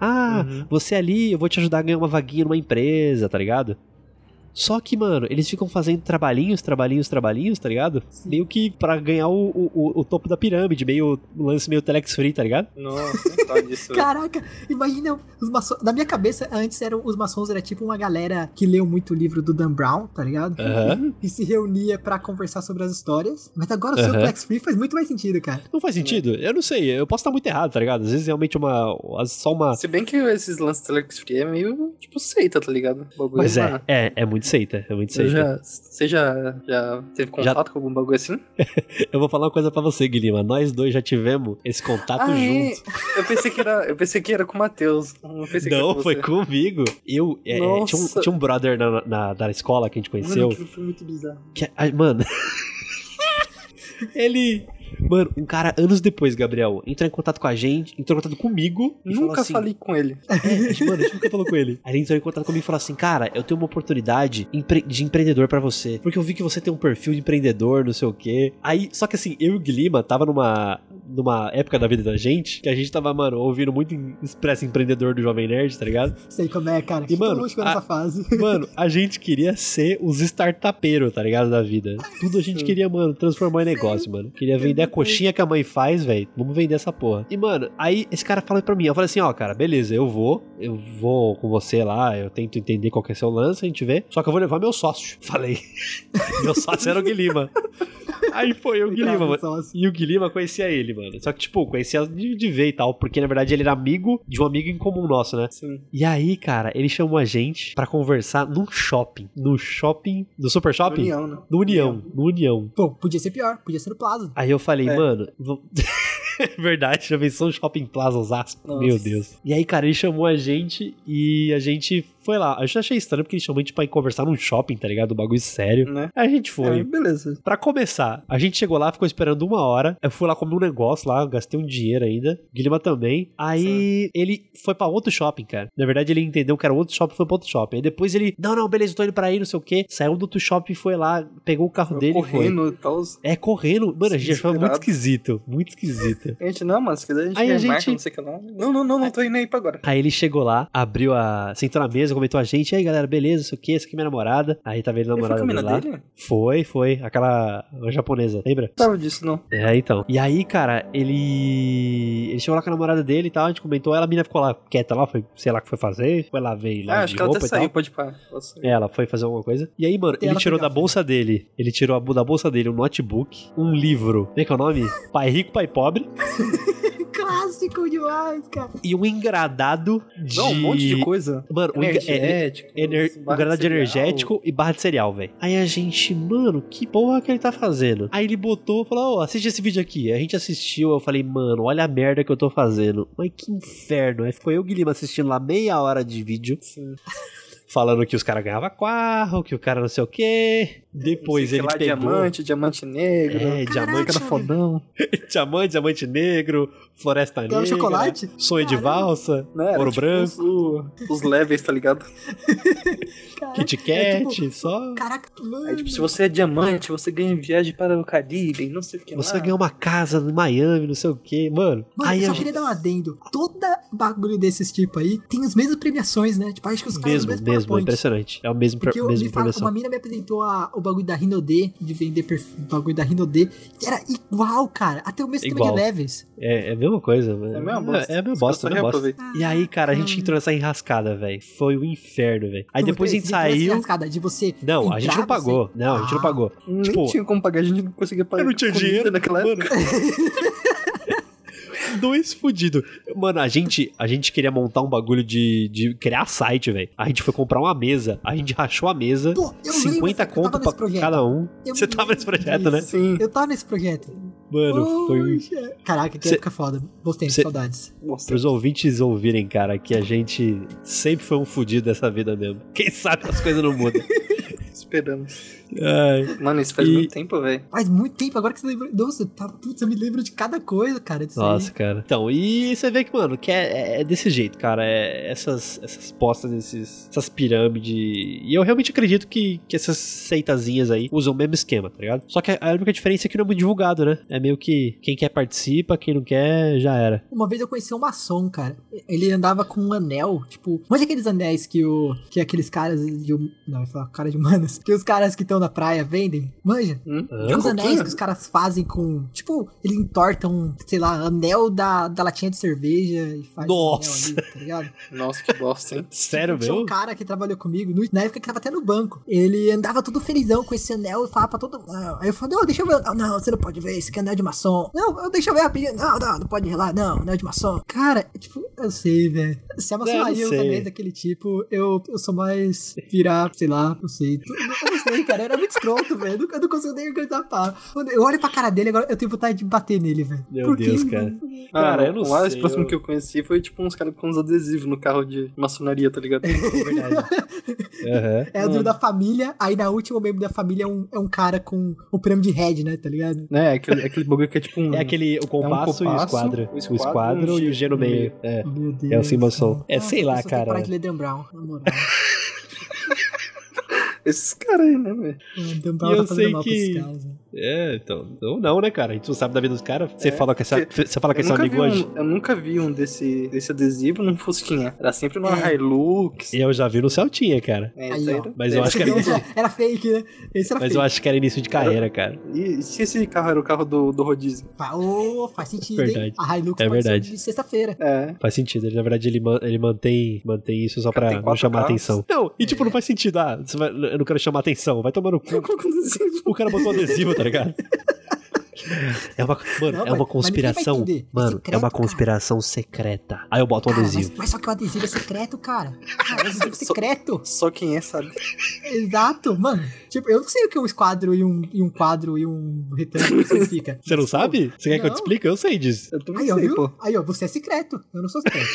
Speaker 4: Ah, você ali, eu vou te ajudar a ganhar uma vaguinha numa empresa, tá ligado? Só que, mano, eles ficam fazendo trabalhinhos, trabalhinhos, trabalhinhos, tá ligado? Meio que pra ganhar o, o- o- o topo da pirâmide, meio um lance meio telex free, tá ligado?
Speaker 6: Nossa, não fala disso. né?
Speaker 5: Caraca, imagina os maçons. Na minha cabeça, antes eram os maçons era tipo uma galera que leu muito o livro do Dan Brown, tá ligado?
Speaker 4: Aham.
Speaker 5: E se reunia pra conversar sobre as histórias. Mas agora o seu
Speaker 4: Aham.
Speaker 5: Plex Free faz muito mais sentido, cara.
Speaker 4: Não faz sentido? Eu não sei, eu posso estar muito errado, tá ligado? Às vezes realmente uma. só uma.
Speaker 6: Se bem que esses lances Telex Free é meio, tipo, seita, tá ligado? O bagulho
Speaker 4: Mas é,
Speaker 6: lá.
Speaker 4: é, é muito seita, é muito
Speaker 6: Você
Speaker 4: seita.
Speaker 6: já, você já, já teve contato com algum bagulho assim?
Speaker 4: Eu vou falar uma coisa pra você, Guilherme. Nós dois já tivemos esse contato
Speaker 6: Ah, é?
Speaker 4: Tá junto.
Speaker 6: Eu pensei que era, eu pensei que era com o Matheus. Não, pensei que era
Speaker 4: Não,
Speaker 6: com
Speaker 4: foi
Speaker 6: você.
Speaker 4: comigo. Eu é,
Speaker 6: Nossa.
Speaker 4: tinha, um, tinha um brother na, na, na escola que a gente conheceu.
Speaker 6: Mano, que foi muito bizarro.
Speaker 4: Que, é, ai, mano. ele. Mano, um cara, anos depois, Gabriel, entrou em contato com a gente, entrou em contato comigo. e falou
Speaker 6: Nunca
Speaker 4: assim,
Speaker 6: falei com ele.
Speaker 4: É, tipo, mano, a gente nunca falou com ele. Aí ele entrou em contato comigo e falou assim: Cara, eu tenho uma oportunidade empre- de empreendedor pra você. Porque eu vi que você tem um perfil de empreendedor, não sei o quê. Aí, só que assim, eu e o Glima tava numa, numa época da vida da gente que a gente tava, mano, ouvindo muito em- expresso empreendedor do Jovem Nerd, tá ligado?
Speaker 5: Sei como é, cara.
Speaker 4: E, mano,
Speaker 5: Todo mundo chegou
Speaker 4: a-
Speaker 5: nessa fase.
Speaker 4: Mano, a gente queria ser os startupeiros, tá ligado? Da vida. Tudo a gente queria, mano, transformar em negócio, mano. Queria vender a coxinha que a mãe faz, velho. Vamos vender essa porra. E, mano, aí esse cara falou pra mim, eu falei assim, ó, cara, beleza, eu vou, eu vou com você lá, eu tento entender qual que é seu lance, a gente vê. Só que eu vou levar meu sócio. Falei. meu sócio era o Guilherme. Aí foi eu, Guilherme, mano.
Speaker 6: assim,
Speaker 5: Sócio.
Speaker 4: E o Guilherme conhecia ele, mano. Só que, tipo, conhecia de, de ver e tal. Porque, na verdade, ele era amigo de um amigo em comum nosso, né?
Speaker 6: Sim.
Speaker 4: E aí, cara, ele chamou a gente pra conversar num shopping. No shopping. No super shopping?
Speaker 6: União, né?
Speaker 4: No União. No União.
Speaker 5: Pô, podia ser pior, podia ser no Plaza.
Speaker 4: Aí eu falei,
Speaker 6: É.
Speaker 4: mano. vou- É Verdade, já pensou um shopping plaza Osasco?
Speaker 6: Nossa.
Speaker 4: Meu Deus. E aí, cara, ele chamou a gente e a gente foi lá. Eu já achei estranho porque ele chamou a gente pra ir conversar num shopping, tá ligado? Um bagulho sério.
Speaker 6: Né?
Speaker 4: Aí a gente foi.
Speaker 6: É, beleza.
Speaker 4: Pra começar, a gente chegou lá, ficou esperando uma hora. Eu fui lá comer um negócio lá, gastei um dinheiro ainda. Guilherme também. Aí ele foi pra outro shopping, cara. Na verdade, ele entendeu que era outro shopping, foi pra outro shopping. Aí depois ele, não, não, beleza, eu tô indo pra aí, não sei o quê. Saiu do outro shopping, foi lá, pegou o carro dele e foi.
Speaker 6: Correndo tá e tal.
Speaker 4: É, correndo. Mano, a gente achou muito
Speaker 6: Desesperado.
Speaker 4: esquisito. Muito esquisito.
Speaker 6: A gente, não, mano, se quiser a gente
Speaker 4: Aí a
Speaker 6: remarca,
Speaker 4: gente-
Speaker 6: não sei o que lá. Não, não, não, não tô indo aí pra agora.
Speaker 4: Aí ele chegou lá, abriu a. sentou na mesa, comentou a gente. E aí, galera, beleza, não sei o quê, essa aqui é minha namorada. Aí tava ele
Speaker 6: Ele foi
Speaker 4: namorada
Speaker 6: com a
Speaker 4: dele
Speaker 6: mina
Speaker 4: lá.
Speaker 6: dele? Não
Speaker 4: Foi, foi. Aquela japonesa, lembra?
Speaker 6: sabe disso, não.
Speaker 4: É, então. E aí, cara, ele. Ele chegou lá com a namorada dele e tal, a gente comentou, ela a mina ficou lá quieta lá, foi, sei lá o que foi fazer, foi lá ver lá.
Speaker 6: Ah, acho
Speaker 4: de
Speaker 6: que ela
Speaker 4: roupa
Speaker 6: até
Speaker 4: e tal.
Speaker 6: saiu, pode parar. Ela saiu.
Speaker 4: É, Ela foi fazer alguma coisa. E aí, mano,
Speaker 5: E
Speaker 4: ele
Speaker 5: ela
Speaker 4: tirou da
Speaker 5: pegava.
Speaker 4: bolsa dele. Ele tirou a bu- da bolsa dele um notebook, um livro. Como é que é o nome? pai Rico, Pai Pobre.
Speaker 5: Clássico demais, cara.
Speaker 4: E um engradado de.
Speaker 6: Não, um monte de coisa.
Speaker 4: Mano, um engra- é- é- Ener... Um granada energético e barra de cereal, velho. Aí a gente, mano, que porra que ele tá fazendo? Aí ele botou, falou, ó, assiste esse vídeo aqui. A gente assistiu, eu falei, mano, olha a merda que eu tô né? fazendo. Mas que inferno. Aí ficou eu e o Guilherme assistindo lá meia hora de vídeo. falando que os caras ganhavam carro, que o cara não sei o quê. Depois
Speaker 6: Sei
Speaker 4: ele
Speaker 6: lá, é
Speaker 4: pegou...
Speaker 6: diamante, né? diamante negro.
Speaker 4: É, diamante.
Speaker 6: Cara fodão.
Speaker 4: diamante, diamante negro, floresta
Speaker 6: Dava
Speaker 4: negra.
Speaker 6: chocolate?
Speaker 4: Sonho de valsa,
Speaker 6: Né, era
Speaker 4: ouro
Speaker 6: tipo
Speaker 4: branco,
Speaker 6: Os, o- os levels, tá ligado?
Speaker 4: Kit Kat,
Speaker 6: é
Speaker 4: só...
Speaker 5: Caraca, mano.
Speaker 6: Aí, tipo, se você é diamante, você ganha viagem para o Caribe, não sei o que
Speaker 4: Você
Speaker 6: lá.
Speaker 4: vai ganhar uma casa em Miami, não sei o quê, mano.
Speaker 5: Mano,
Speaker 4: aí
Speaker 5: eu só
Speaker 4: a-
Speaker 5: queria dar um adendo. Toda bagulho desses tipo aí tem as mesmas premiações, né? Tipo, acho que os caras
Speaker 4: Mesmo,
Speaker 5: mesmo,
Speaker 4: mesmo, é
Speaker 5: PowerPoint.
Speaker 4: impressionante. É o mesmo,
Speaker 5: Porque eu,
Speaker 4: mesmo
Speaker 5: me fala, uma mina me apresentou a- o bagulho da Rinode, de vender perf- bagulho da Rinode, que era igual, cara. Até o mesmo
Speaker 4: Igual.
Speaker 5: tema de Leves.
Speaker 4: É, é a mesma coisa, mano.
Speaker 6: É a mesma bosta.
Speaker 4: É, é a mesma
Speaker 6: Os
Speaker 4: bosta, é a
Speaker 6: caras
Speaker 4: mesma
Speaker 6: só
Speaker 4: bosta. E aí, cara, a gente entrou nessa enrascada, velho. Foi o inferno, velho. Aí
Speaker 5: Ah. Não,
Speaker 4: depois a gente
Speaker 5: peraí, você entrou
Speaker 4: saiu.
Speaker 5: nessa cascada de você
Speaker 4: Não, a gente
Speaker 5: entrar,
Speaker 4: não pagou.
Speaker 5: você-
Speaker 4: Não, a gente não
Speaker 5: Ah.
Speaker 4: pagou.
Speaker 6: Nem
Speaker 4: Tipo,
Speaker 6: tinha como pagar, a gente não conseguia pagar.
Speaker 4: Eu não tinha
Speaker 6: comida
Speaker 4: dinheiro,
Speaker 6: naquela época.
Speaker 4: dois fudidos. Mano, a gente, a gente queria montar um bagulho de, de criar site, velho. A gente foi comprar uma mesa. A gente rachou a mesa.
Speaker 5: Pô, eu lembro,
Speaker 4: 50
Speaker 5: eu tava
Speaker 4: conto
Speaker 5: nesse
Speaker 4: pra
Speaker 5: projeto.
Speaker 4: cada um.
Speaker 5: Eu
Speaker 4: Você tava nesse projeto, né?
Speaker 6: Sim.
Speaker 5: Eu tava nesse projeto.
Speaker 4: Mano, foi um
Speaker 5: Poxa. Caraca, que
Speaker 4: Cê-
Speaker 5: época foda. Gostei,
Speaker 4: Cê-
Speaker 5: saudades.
Speaker 4: Para os ouvintes ouvirem, cara, que a gente sempre foi um fudido dessa vida mesmo. Quem sabe as coisas não mudam.
Speaker 6: Esperamos.
Speaker 4: Ai.
Speaker 6: Mano, isso faz
Speaker 4: E-
Speaker 6: muito tempo, velho.
Speaker 5: Faz muito tempo agora que você lembra. Nossa, tá, putz, eu me lembro de cada coisa, cara. disso aí.
Speaker 4: Nossa, cara. Então, e você vê que, mano, que é, é- é desse jeito, cara. É essas, essas postas, esses, essas pirâmides. E eu realmente acredito que, que essas seitazinhas aí usam o mesmo esquema, tá ligado? Só que a única diferença é que não é muito divulgado, né? É meio que quem quer participa, quem não quer, já era.
Speaker 5: Uma vez eu conheci um maçom, cara. Ele andava com um anel, tipo. Onde aqueles anéis que o. Que aqueles caras de. hum- Não, eu ia falar cara de humanas. Que os caras que estão na praia vendem. Manja.
Speaker 6: Hum?
Speaker 4: É,
Speaker 5: Tem uns anéis que os caras fazem com. Tipo, eles entortam, sei lá, anel da, da latinha de cerveja e faz. um
Speaker 4: Nossa.
Speaker 5: anel ali, tá ligado?
Speaker 6: Nossa, que bosta, hein?
Speaker 4: Sério,
Speaker 5: Tinha um
Speaker 4: meu?
Speaker 5: cara que trabalhou comigo, no- na época que tava até no banco. Ele andava todo felizão com esse anel e falava pra todo mundo. Ah, Aí eu falei, não, deixa eu ver. Não, não, você não pode ver, esse aqui é anel de maçom. Não, eu- deixa eu ver rapidinho. Não, não, não pode relar, não, anel de maçom. Cara, é tipo, eu sei, velho. Se a maçonaria
Speaker 4: Eu
Speaker 5: usa
Speaker 4: sei.
Speaker 5: mesa daquele tipo, eu, eu sou mais virar, sei lá, não sei. Eu não sei, cara, eu era muito escroto, velho. Eu não- Eu não consigo nem organizar a palavra. Quando Eu olho pra cara dele, agora eu tenho vontade de bater nele, velho.
Speaker 4: Meu
Speaker 5: Por quê,
Speaker 4: Deus,
Speaker 5: mano?
Speaker 4: cara.
Speaker 6: Cara,
Speaker 4: Cara, eu não
Speaker 6: o mais
Speaker 4: sei,
Speaker 6: próximo
Speaker 4: eu-
Speaker 6: que eu conheci foi tipo uns caras com uns adesivos no carro de maçonaria, tá ligado?
Speaker 4: Aham.
Speaker 5: É o duro da família, aí na última o membro da família é um, é um cara com o pirâmide de head, né? Tá ligado?
Speaker 6: né? Aquele, aquele bagulho que é tipo um.
Speaker 4: É aquele o compasso, e o
Speaker 6: compasso,
Speaker 4: esquadro.
Speaker 6: o
Speaker 4: O
Speaker 6: esquadro,
Speaker 4: esquadro
Speaker 6: um
Speaker 4: e o G no meio. É. É o Simbação. É, sei lá, cara.
Speaker 5: Para de ler Dan Brown, na moral.
Speaker 6: Esses caras aí, né, velho?
Speaker 5: Mano, Dan Brown
Speaker 4: E
Speaker 5: tá
Speaker 4: eu
Speaker 5: fazendo
Speaker 4: sei
Speaker 5: mal pra
Speaker 4: que-
Speaker 5: esses caras. né?
Speaker 4: É, então. Então não, né, cara? A gente não sabe da vida dos caras. Você
Speaker 6: É,
Speaker 4: fala com essa,
Speaker 6: porque
Speaker 4: você fala com
Speaker 6: Eu
Speaker 4: esse é
Speaker 6: nunca,
Speaker 4: amigo
Speaker 6: vi
Speaker 4: hoje.
Speaker 6: um, eu nunca vi um desse, desse adesivo num Fusquinha. Era sempre numa
Speaker 5: É.
Speaker 6: Hilux.
Speaker 4: Eu já vi no Celtinha, cara.
Speaker 6: É,
Speaker 5: Aí,
Speaker 6: isso
Speaker 5: ó.
Speaker 4: Mas eu acho que era
Speaker 5: Esse
Speaker 4: início,
Speaker 5: era, era fake, né? Esse era
Speaker 4: mas eu
Speaker 5: fake.
Speaker 4: acho que era início de carreira, cara.
Speaker 6: E se esse carro era o carro do, do rodízio?
Speaker 5: Fa- Ô, faz sentido, hein?
Speaker 4: Verdade.
Speaker 5: A Hilux pode
Speaker 4: É
Speaker 5: ser
Speaker 4: verdade.
Speaker 5: de sexta-feira.
Speaker 6: É.
Speaker 4: Faz sentido. Ele, na verdade, ele, man- ele mantém, mantém isso só
Speaker 6: Tem
Speaker 4: pra
Speaker 6: quatro
Speaker 4: não chamar
Speaker 6: carros.
Speaker 4: atenção. Não, e tipo, não faz sentido. Ah, você vai- eu não quero chamar atenção. Vai tomar no cu. O cara botou adesivo, tá ligado? É uma, mano,
Speaker 5: Não,
Speaker 4: é
Speaker 5: mas- mas ninguém vai
Speaker 4: uma conspiração.
Speaker 5: entender. É
Speaker 4: Mano, é
Speaker 5: secreto,
Speaker 4: uma
Speaker 5: cara.
Speaker 4: conspiração secreta. Aí eu boto um
Speaker 5: Cara,
Speaker 4: adesivo.
Speaker 5: mas, mas só que o adesivo é secreto, cara. Cara, é um adesivo
Speaker 6: Só-
Speaker 5: secreto.
Speaker 6: Só quem é sabe.
Speaker 5: Exato, mano. Tipo, eu não sei o que é um esquadro e um, e um quadro e um retângulo significa.
Speaker 4: Você não
Speaker 5: Tipo,
Speaker 4: sabe? Você quer que eu te
Speaker 5: não.
Speaker 4: explique? Eu sei disso.
Speaker 6: Eu também
Speaker 5: Aí, ó,
Speaker 6: sei,
Speaker 5: viu?
Speaker 6: pô.
Speaker 5: Aí, ó, você é secreto. Eu não sou secreto.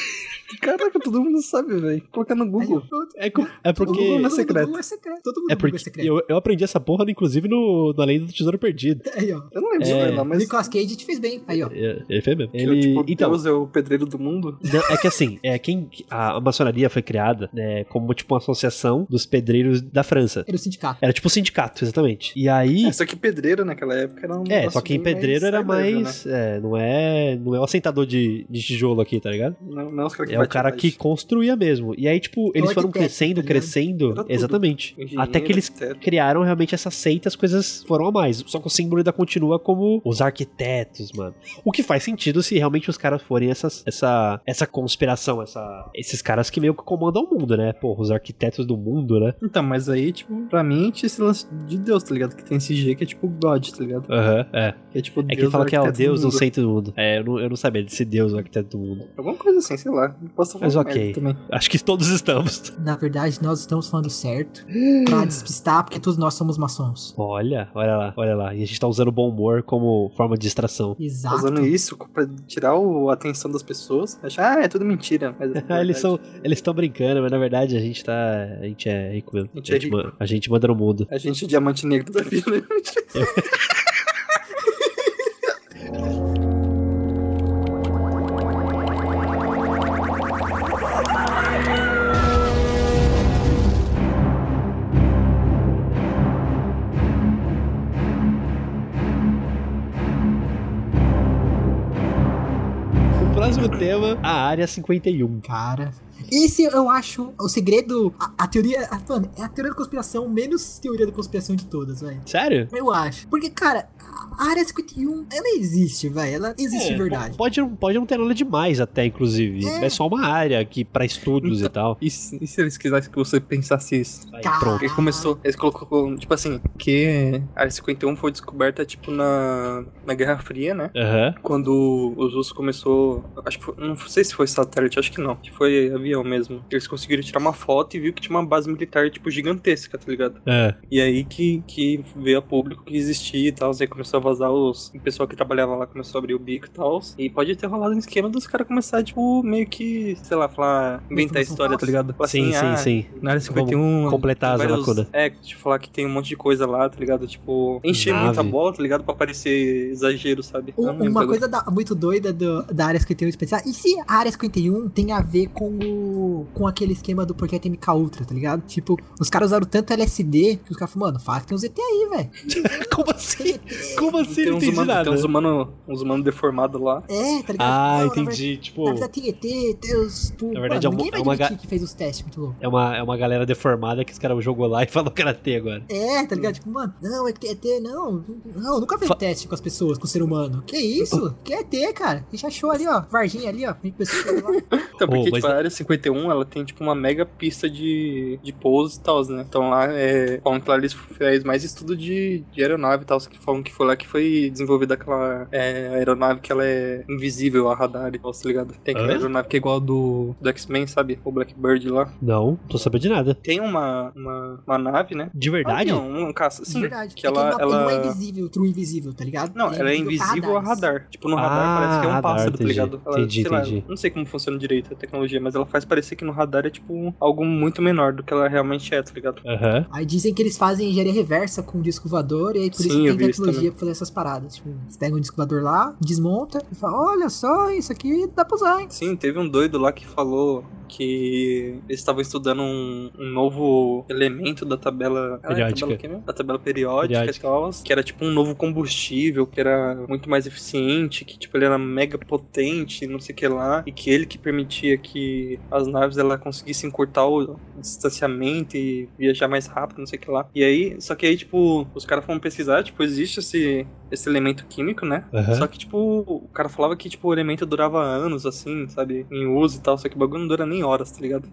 Speaker 6: Caraca, todo mundo sabe, velho. Colocar no
Speaker 5: Aí, ó,
Speaker 6: Google.
Speaker 5: todo-
Speaker 4: É, co- é
Speaker 5: todo
Speaker 4: porque.
Speaker 5: mundo-
Speaker 6: é
Speaker 5: todo
Speaker 6: secreto.
Speaker 5: mundo é secreto. Todo mundo
Speaker 4: É
Speaker 5: no Google
Speaker 4: porque eu, eu aprendi essa porra, inclusive, no, na Lei do Tesouro Perdido.
Speaker 5: Aí, ó.
Speaker 6: Eu não lembro
Speaker 4: É.
Speaker 6: se foi lá, mas.
Speaker 5: Nicolas Cage te fez bem. Aí, ó.
Speaker 4: É, Ele fez mesmo.
Speaker 6: que,
Speaker 4: Ele,
Speaker 6: tipo,
Speaker 4: então,
Speaker 6: Deus é o pedreiro do mundo.
Speaker 4: não, é que assim, é, quem, a, a maçonaria foi criada né, como tipo uma associação dos pedreiros da França.
Speaker 5: Era o É sindicato.
Speaker 4: Era tipo um sindicato, exatamente. E aí.
Speaker 6: É, só que pedreiro naquela época era um.
Speaker 4: É,
Speaker 6: negócio
Speaker 4: só que em
Speaker 6: bem
Speaker 4: pedreiro era
Speaker 6: leve, né?
Speaker 4: mais. É, não é. Não é o assentador de, de tijolo aqui, tá ligado?
Speaker 6: Não, não é os caras que
Speaker 4: É o
Speaker 6: batem
Speaker 4: cara
Speaker 6: mais.
Speaker 4: que construía mesmo. E aí, tipo,
Speaker 6: Então é
Speaker 4: eles foram
Speaker 5: arquiteto, tá
Speaker 4: crescendo,
Speaker 5: ligado?
Speaker 4: crescendo.
Speaker 6: Era tudo.
Speaker 4: Exatamente.
Speaker 6: Engenheiro,
Speaker 4: Até que eles
Speaker 6: etc.
Speaker 4: criaram realmente essa seita, as coisas foram a mais. Só que o símbolo ainda continua como os arquitetos, mano. O que faz sentido se realmente os caras forem essas, essa, essa conspiração, essa, esses caras que meio que comandam o mundo, né? Porra, os arquitetos do mundo, né?
Speaker 6: Então, mas aí, tipo, pra mim tinha esse lance de Deus, tá ligado? Que tem esse G que é tipo God, tá ligado?
Speaker 4: Aham, é.
Speaker 6: Que é tipo
Speaker 4: É que
Speaker 6: Deus
Speaker 4: fala que é o
Speaker 6: arquiteto do
Speaker 4: Deus no
Speaker 6: mundo.
Speaker 4: centro do mundo. É, eu não, eu não sabia desse Deus, o arquiteto do mundo.
Speaker 6: Alguma coisa assim, sei lá. posso falar
Speaker 4: Mas ok.
Speaker 6: merda também.
Speaker 4: Acho que todos estamos.
Speaker 5: Na verdade, nós estamos falando certo pra despistar, porque todos nós somos maçons.
Speaker 4: Olha, olha lá, olha lá. E a gente tá usando o bom humor como forma de distração.
Speaker 5: Exato.
Speaker 6: Usando isso pra tirar o- a atenção das pessoas. Achar, ah, é tudo mentira. Mas é
Speaker 4: Ah,
Speaker 6: verdade.
Speaker 4: eles são, eles estão brincando, mas na verdade a gente tá, a gente é rico mesmo. A
Speaker 6: gente é
Speaker 4: gente, ma- a gente manda no mundo.
Speaker 6: A gente é diamante negro da vida.
Speaker 4: O próximo tema, a área 51.
Speaker 5: Cara, Esse eu acho o segredo, a, a teoria, a- mano, é a teoria da conspiração menos teoria da conspiração de todas, velho.
Speaker 4: Sério?
Speaker 5: Eu acho. Porque, cara, a Área 51, ela existe, velho. Ela existe
Speaker 4: É,
Speaker 5: de verdade.
Speaker 4: po- Pode, não- pode não ter nada demais até, inclusive.
Speaker 5: É. Então,
Speaker 4: É, só uma área aqui pra estudos e tal.
Speaker 6: E se, e se eles quisessem que você pensasse isso?
Speaker 4: Aí,
Speaker 5: Cara.
Speaker 4: pronto.
Speaker 6: Ele começou, eles colocou, tipo assim, que a Área 51 foi descoberta, tipo, na, na Guerra Fria, né?
Speaker 4: Aham.
Speaker 6: Quando os russos começou, acho que foi, não sei se foi satélite, acho que não, acho que foi avião mesmo. Eles conseguiram tirar uma foto e viu que tinha uma base militar, tipo, gigantesca, tá ligado?
Speaker 4: É.
Speaker 6: E aí que, que veio a público que existia e tal, aí começou a vazar os... O pessoal que trabalhava lá começou a abrir o bico e tal, e pode ter rolado um esquema dos caras começar, tipo, meio que, sei lá, falar, inventar a história, tá ligado? Falar
Speaker 4: Sim,
Speaker 6: assim,
Speaker 4: sim,
Speaker 6: "Ah,
Speaker 4: sim.
Speaker 6: na área 51.
Speaker 4: Vamos completar
Speaker 6: tem
Speaker 4: as
Speaker 6: vários-
Speaker 4: lacunas.
Speaker 6: É, te falar que tem um monte de coisa lá, tá ligado? Tipo, encher
Speaker 4: Nave.
Speaker 6: muita bola, tá ligado? Pra parecer exagero, sabe?
Speaker 5: Um-
Speaker 6: Eu não lembro
Speaker 5: uma
Speaker 6: agora.
Speaker 5: coisa da- muito doida do- da Área 51 especial. E se a Área 51 tem a ver com o, com aquele esquema do porquê TMK Ultra, tá ligado? Tipo, os caras usaram tanto LSD que os caras falaram, mano, fala que tem um ZT aí, velho.
Speaker 4: Como assim? Como assim?
Speaker 6: Tem
Speaker 4: Não
Speaker 6: uns
Speaker 4: entendi
Speaker 6: humanos
Speaker 4: nada.
Speaker 6: tem uns humano, uns humano deformados lá.
Speaker 5: É, tá ligado?
Speaker 4: Ah,
Speaker 5: Não,
Speaker 4: entendi.
Speaker 5: Na
Speaker 4: Tipo,
Speaker 5: verdade, na verdade tem ET, tem os... Tu,
Speaker 4: Na verdade, é
Speaker 5: mano,
Speaker 4: uma-
Speaker 5: ninguém vai
Speaker 4: é uma
Speaker 5: admitir
Speaker 4: ga-
Speaker 5: que fez os testes, muito louco.
Speaker 4: é uma, é uma galera deformada que os caras jogou lá e falou karatê agora.
Speaker 5: É, tá
Speaker 4: Hum.
Speaker 5: ligado? Tipo, mano, não, é que tem ET, não. Não, nunca fez teste com as pessoas, com o ser humano. Que isso? Que ET, cara? A gente achou ali, ó. Varginha ali, ó. A gente pensou lá.
Speaker 6: Então,
Speaker 4: Oh,
Speaker 6: porque,
Speaker 4: mas
Speaker 6: tipo, a área 51, ela tem, tipo, uma mega pista de, de pouso e tal, né? Então lá, é, falam que lá eles fez mais estudo de, de aeronave e tal, que falam que foi lá que foi desenvolvida aquela é, aeronave que ela é invisível a radar e tal, tá ligado? Tem aquela
Speaker 4: Hã?
Speaker 6: aeronave que é igual a do, do X-Men, sabe? O Blackbird lá.
Speaker 4: Não, tô sabendo de nada.
Speaker 6: Tem uma, uma, uma nave, né?
Speaker 4: De
Speaker 6: Ah,
Speaker 4: verdade?
Speaker 6: Não, um caça, sim.
Speaker 5: verdade.
Speaker 6: Que
Speaker 5: É
Speaker 6: ela,
Speaker 5: ele não,
Speaker 6: ela...
Speaker 5: ele não é invisível, true invisível, tá ligado?
Speaker 6: Não, ela é invisível a radar. Tipo, no radar
Speaker 4: Ah,
Speaker 6: parece que é um
Speaker 4: radar,
Speaker 6: pássaro,
Speaker 4: entendi.
Speaker 6: tá ligado? Ela,
Speaker 4: Entendi,
Speaker 6: sei lá,
Speaker 4: entendi.
Speaker 6: não sei como funciona direito a tecnologia, mas ela faz parecer que no radar é tipo algo muito menor do que ela realmente é, tá ligado?
Speaker 4: Aham.
Speaker 5: Aí dizem que eles fazem engenharia reversa com o disco voador e aí por
Speaker 6: Sim,
Speaker 5: isso que
Speaker 6: eu
Speaker 5: tem
Speaker 6: vi isso
Speaker 5: tecnologia
Speaker 6: também.
Speaker 5: pra fazer essas paradas. Tipo, eles pegam um disco voador lá, desmonta e fala, olha só, isso aqui dá pra usar, hein?
Speaker 6: Sim, teve um doido lá que falou que eles estavam estudando um, um novo elemento da tabela Caralho,
Speaker 4: Periódica.
Speaker 6: tabela o quê mesmo? da tabela periódica,
Speaker 4: Periódica.
Speaker 6: e tal, que era tipo um novo combustível, que era muito mais eficiente, que tipo ele era mega potente, não sei o que lá, e que ele que permitia que as naves ela conseguissem cortar o distanciamento e viajar mais rápido, não sei o que lá. E aí, só que aí tipo, os caras foram pesquisar, tipo, existe esse esse elemento químico, né?
Speaker 4: Aham.
Speaker 6: Só que, tipo, o cara falava que, tipo, o elemento durava anos, assim, sabe? Em uso e tal, só que o bagulho não dura nem horas, tá ligado?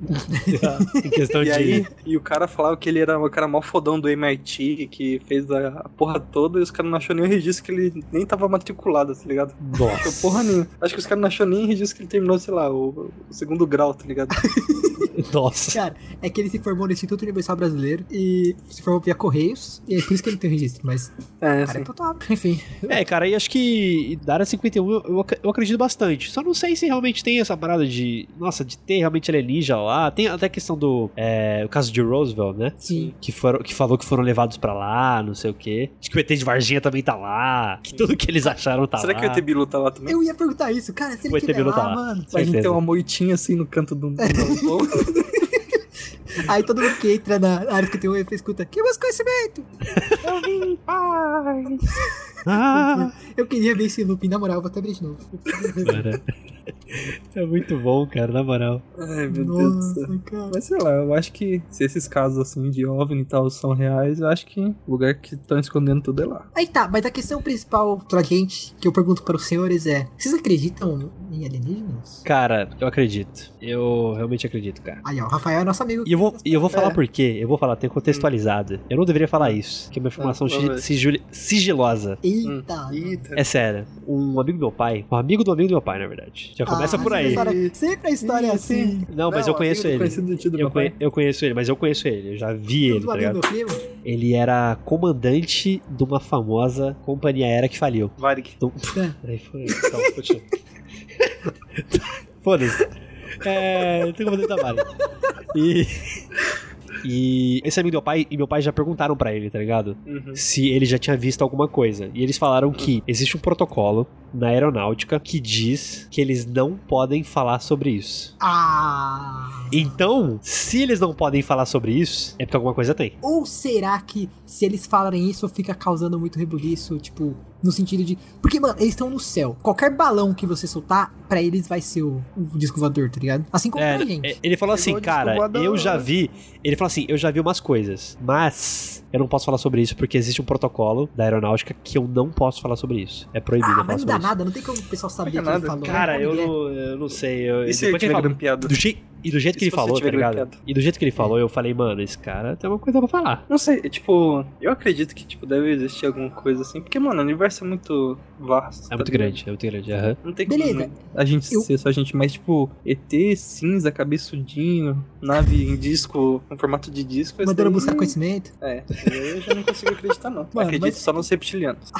Speaker 4: Em questão
Speaker 6: E
Speaker 4: de.
Speaker 6: aí, e o cara falava que ele era o cara mó fodão do MIT, que fez a, a porra toda, e os caras não achou nenhum registro que ele nem tava matriculado, tá ligado? Então,
Speaker 4: Nossa.
Speaker 6: porra nenhuma. Acho que os caras não achou nem registro que ele terminou, sei lá, o, o segundo grau, tá ligado?
Speaker 4: Nossa.
Speaker 5: Cara, é que ele se formou no Instituto Universal Brasileiro e se formou via Correios, e é por isso que ele não tem registro, mas
Speaker 6: É,
Speaker 5: cara,
Speaker 6: assim.
Speaker 5: é top. Enfim,
Speaker 4: É, cara, e acho que da área 51 eu, eu ac- eu acredito bastante. Só não sei se realmente tem essa parada de. Nossa, de ter realmente alienígena lá. Tem até a questão do. é, o caso de Roosevelt, né?
Speaker 5: sim.
Speaker 4: Que, foram, que falou que foram levados pra lá, não sei o quê. Acho que o ET de Varginha também tá lá. Que tudo que eles acharam tá
Speaker 6: Será
Speaker 4: lá.
Speaker 6: que o ET Bilu tá lá também?
Speaker 5: Eu ia perguntar isso, cara, se
Speaker 4: O
Speaker 5: ele
Speaker 4: ET
Speaker 5: tiver
Speaker 4: Bilu
Speaker 5: lá,
Speaker 4: tá lá.
Speaker 5: mano.
Speaker 6: A gente
Speaker 4: Certeza.
Speaker 6: tem uma moitinha assim no canto do. do-
Speaker 5: Aí todo mundo que entra na área 51 e escuta, que mais conhecimento? Eu vim, pai.
Speaker 4: Ah,
Speaker 5: Eu queria ver esse looping, na moral, eu vou até abrir de novo.
Speaker 4: cara. É muito bom, cara, na moral.
Speaker 6: Ai, meu Deus do céu.
Speaker 5: Nossa, cara.
Speaker 6: Mas sei lá, eu acho que se esses casos assim de OVNI e tal são reais, eu acho que o lugar que estão escondendo tudo é lá.
Speaker 5: Aí tá, mas a questão principal pra gente, que eu pergunto para os senhores é, vocês acreditam em alienígenas?
Speaker 4: Cara, eu acredito. Eu realmente acredito, cara.
Speaker 5: Aí ó, o Rafael é nosso amigo.
Speaker 4: E eu vou, e eu vou falar
Speaker 6: É.
Speaker 4: por quê. Eu vou falar, tem contextualizado. Eu não deveria falar isso, que é uma informação
Speaker 6: Ah,
Speaker 4: sigi-
Speaker 6: vai.
Speaker 4: sigil- sigilosa.
Speaker 5: Ih, Eita.
Speaker 4: É sério, um amigo do meu pai, um amigo do amigo do meu pai, na verdade. Já começa
Speaker 5: Ah,
Speaker 4: por
Speaker 5: sempre
Speaker 4: aí.
Speaker 5: a história- sempre a história é assim.
Speaker 4: Não, mas eu conheço ele. Eu, conhe- eu conheço ele, mas eu conheço ele. Eu já vi ele,
Speaker 5: Do
Speaker 4: tá
Speaker 5: amigo
Speaker 4: ligado?
Speaker 5: do primo?
Speaker 4: Ele era comandante de uma famosa companhia aérea que faliu.
Speaker 6: Varig.
Speaker 4: Então, peraí, foi. Então, continua. Foda-se. É, tem comandante da Varig. E. E esse amigo do meu pai e meu pai já perguntaram pra ele, tá ligado?
Speaker 6: Uhum.
Speaker 4: Se ele já tinha visto alguma coisa. E eles falaram que existe um protocolo na aeronáutica que diz que eles não podem falar sobre isso.
Speaker 5: Ah.
Speaker 4: Então, se eles não podem falar sobre isso, é porque alguma coisa tem.
Speaker 5: Ou será que se eles falarem isso, fica causando muito rebuliço, tipo, no sentido de. Porque, mano, eles estão no céu. Qualquer balão que você soltar, pra eles vai ser o, o disco voador, tá ligado? Assim como
Speaker 4: É,
Speaker 5: pra gente.
Speaker 4: é, ele falou assim, cara,
Speaker 5: desculpa,
Speaker 4: eu
Speaker 5: não,
Speaker 4: já
Speaker 5: né?
Speaker 4: vi. Ele falou assim, eu já vi umas coisas, mas eu não posso falar sobre isso porque existe um protocolo da aeronáutica que eu não posso falar sobre isso. É proibido eu
Speaker 5: Ah,
Speaker 4: falar
Speaker 5: mas não
Speaker 4: sobre
Speaker 5: dá
Speaker 4: isso.
Speaker 5: nada, né? não tem como o pessoal saber que é?
Speaker 4: Não
Speaker 5: ele
Speaker 4: dá nada.
Speaker 5: falou.
Speaker 4: Cara,
Speaker 5: Não,
Speaker 4: eu
Speaker 5: ninguém.
Speaker 4: não, eu não sei. Eu,
Speaker 6: E se
Speaker 4: depois
Speaker 6: ele
Speaker 4: que
Speaker 6: tiver
Speaker 4: falou-
Speaker 6: grampeado?
Speaker 4: Do je- e do jeito que
Speaker 6: E
Speaker 4: ele
Speaker 6: se você
Speaker 4: falou, tá
Speaker 6: tiver É.
Speaker 4: ligado?
Speaker 6: grampeado?
Speaker 4: E do jeito que ele falou, eu falei, mano, esse cara tem uma coisa pra falar.
Speaker 6: Não sei, é tipo, eu acredito que tipo, deve existir alguma coisa assim, porque, mano, o universo é muito vasto. tá
Speaker 4: É muito grande, é muito grande. aham.
Speaker 6: Não tem
Speaker 5: Beleza.
Speaker 6: como né? a gente ser só a gente, mas tipo, ET, cinza, cabeçudinho, nave em disco, com formato de disco. esse
Speaker 5: Mandando
Speaker 6: daí-
Speaker 5: buscar conhecimento.
Speaker 6: É, esse daí eu já não consigo acreditar, não.
Speaker 5: Mano,
Speaker 6: Acredito
Speaker 5: mas-
Speaker 6: só nos reptilianos.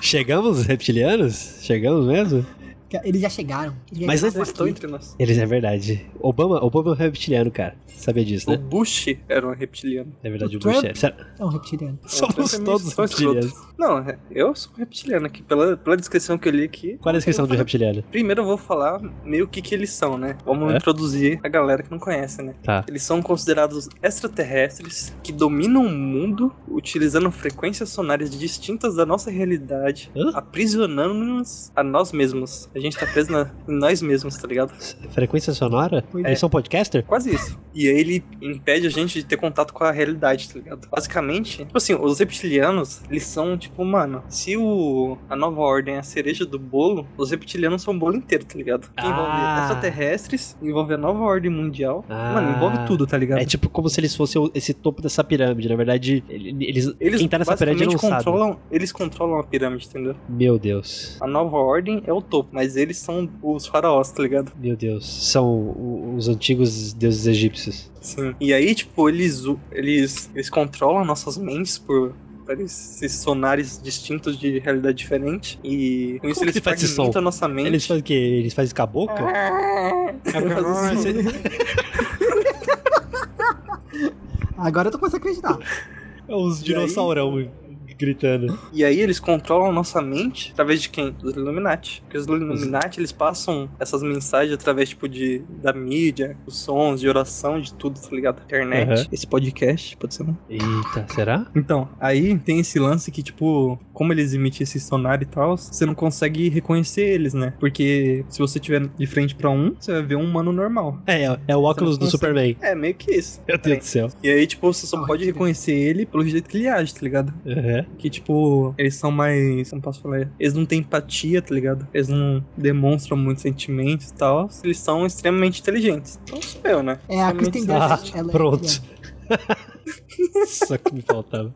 Speaker 4: Chegamos, reptilianos? Chegamos mesmo?
Speaker 5: Eles já chegaram. Eles já
Speaker 4: Mas
Speaker 5: chegaram
Speaker 4: eles
Speaker 5: aqui.
Speaker 6: estão entre nós.
Speaker 4: Eles, é verdade. Obama, Obama é um reptiliano, cara. Sabia disso,
Speaker 6: O
Speaker 4: né?
Speaker 6: Bush era um reptiliano.
Speaker 4: É verdade, o,
Speaker 5: O
Speaker 4: Bush
Speaker 5: Trump?
Speaker 4: é. Será-
Speaker 5: É um reptiliano.
Speaker 4: Somos
Speaker 6: Pra mim,
Speaker 4: todos
Speaker 6: só escroto.
Speaker 4: reptilianos.
Speaker 6: Não, é, eu sou um reptiliano aqui, pela, pela descrição que eu li aqui.
Speaker 4: Qual é a descrição de um reptiliano?
Speaker 6: Primeiro eu vou falar meio o que que eles são, né? Vamos
Speaker 4: É?
Speaker 6: introduzir a galera que não conhece, né?
Speaker 4: Tá.
Speaker 6: Eles são considerados extraterrestres que dominam o mundo utilizando frequências sonoras distintas da nossa realidade, aprisionando-nos a nós mesmos. A gente tá preso na- em nós mesmos, tá ligado?
Speaker 4: Frequência sonora?
Speaker 6: é.
Speaker 4: Eles são podcaster?
Speaker 6: Quase isso. E aí ele impede a gente de ter contato com a realidade, tá ligado? Basicamente, tipo assim, os reptilianos, eles são tipo, mano, se o a nova ordem é a cereja do bolo, os reptilianos são o bolo inteiro, tá ligado? Que
Speaker 4: Ah.
Speaker 6: envolve extraterrestres, envolve a nova ordem mundial. Mano, envolve tudo, tá ligado?
Speaker 4: É tipo como se eles fossem o- esse topo dessa pirâmide. Na verdade, ele- eles,
Speaker 6: Eles
Speaker 4: quem tá nessa pirâmide não
Speaker 6: basicamente
Speaker 4: sabe.
Speaker 6: controlam, eles controlam a pirâmide, entendeu?
Speaker 4: Meu Deus.
Speaker 6: A nova ordem é o topo, mas eles são os faraós, tá ligado?
Speaker 4: Meu Deus. São o- os antigos deuses egípcios.
Speaker 6: Sim. E aí, tipo, eles, u- eles, eles controlam nossas mentes por por esses sonares distintos de realidade diferente. E com isso
Speaker 4: Como que
Speaker 6: eles
Speaker 4: faz esse
Speaker 6: fragmentam
Speaker 4: som?
Speaker 6: nossa mente.
Speaker 4: Eles fazem o quê? Eles fazem com a boca?
Speaker 5: Agora eu tô começando a acreditar.
Speaker 4: É os dinossaurão gritando.
Speaker 6: E aí eles controlam nossa mente através de quem? Dos Illuminati. Porque
Speaker 4: Uhum.
Speaker 6: os Illuminati, eles passam essas mensagens através, tipo, de, da mídia, os sons, de oração, de tudo, tá ligado? Internet.
Speaker 4: Aham.
Speaker 6: Esse podcast, pode ser um...
Speaker 4: Eita, será?
Speaker 6: Então, aí tem esse lance que, tipo, como eles emitem esse sonar e tal, você não consegue reconhecer eles, né? Porque se você tiver de frente pra um, você vai ver um humano normal.
Speaker 4: É, é o óculos do Superman.
Speaker 6: É, meio que isso.
Speaker 4: Meu Deus do céu.
Speaker 6: E aí, tipo, você só pode reconhecer ele pelo jeito que ele age, tá ligado?
Speaker 4: Uhum.
Speaker 6: Que, tipo, eles são mais. Como posso falar? Eles não têm empatia, tá ligado? Eles não demonstram muitos sentimentos e tal. Eles são extremamente inteligentes. Então sou eu, né?
Speaker 5: É, a
Speaker 6: Extremamente
Speaker 5: Kristen
Speaker 4: Ah,
Speaker 5: Dunst, ela é
Speaker 4: pronto.
Speaker 5: reptiliana.
Speaker 4: Só que me faltava.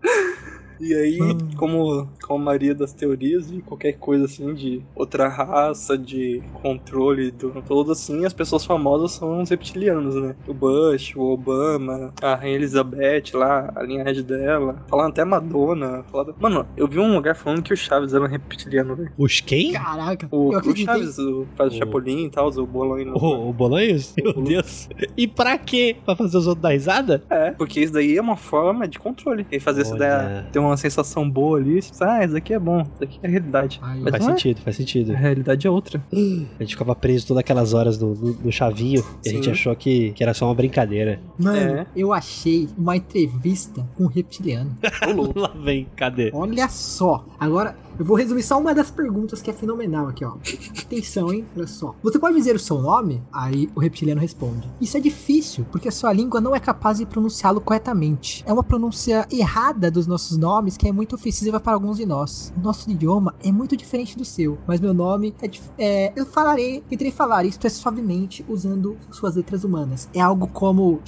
Speaker 6: E aí,
Speaker 5: Hum.
Speaker 6: como, como a maioria das teorias de qualquer coisa assim, de outra raça, de controle do todo assim, as pessoas famosas são os reptilianos, né? O Bush, o Obama, a Rainha Elizabeth lá, a linhagem dela. Falaram até Madonna. Falaram... Mano, eu vi um lugar falando que o Chaves era um reptiliano, velho.
Speaker 4: Os quem?
Speaker 5: Caraca,
Speaker 6: O,
Speaker 5: eu
Speaker 6: o
Speaker 5: acreditei.
Speaker 6: Chaves o, faz o Chapolin e tal, o Bolão e
Speaker 4: O, o Bolanhos? Ah, Meu Deus. E pra quê? Pra fazer os outros dar risada?
Speaker 6: É, porque isso daí é uma forma de controle. E fazer isso
Speaker 4: Olha.
Speaker 6: daí ter uma sensação boa ali, você pensa, ah, isso daqui é bom, isso daqui é realidade. Mas
Speaker 4: faz
Speaker 6: não é.
Speaker 4: sentido, faz sentido.
Speaker 6: A realidade é outra.
Speaker 4: A gente ficava preso todas aquelas horas no, no- no chavinho e a
Speaker 6: Sim.
Speaker 4: gente achou que, que era só uma brincadeira.
Speaker 5: Mano,
Speaker 6: É.
Speaker 5: eu achei uma entrevista com um reptiliano.
Speaker 4: Lá vem, cadê?
Speaker 5: Olha só. Agora, eu vou resumir só uma das perguntas que é fenomenal aqui, ó. Atenção, hein? Olha só. Você pode dizer o seu nome? Aí o reptiliano responde. Isso é difícil, porque a sua língua não é capaz de pronunciá-lo corretamente. É uma pronúncia errada dos nossos nomes que é muito ofensiva para alguns de nós. O nosso idioma é muito diferente do seu, mas meu nome é, dif- é eu falarei, tentei falar isto é suavemente usando suas letras humanas. É algo como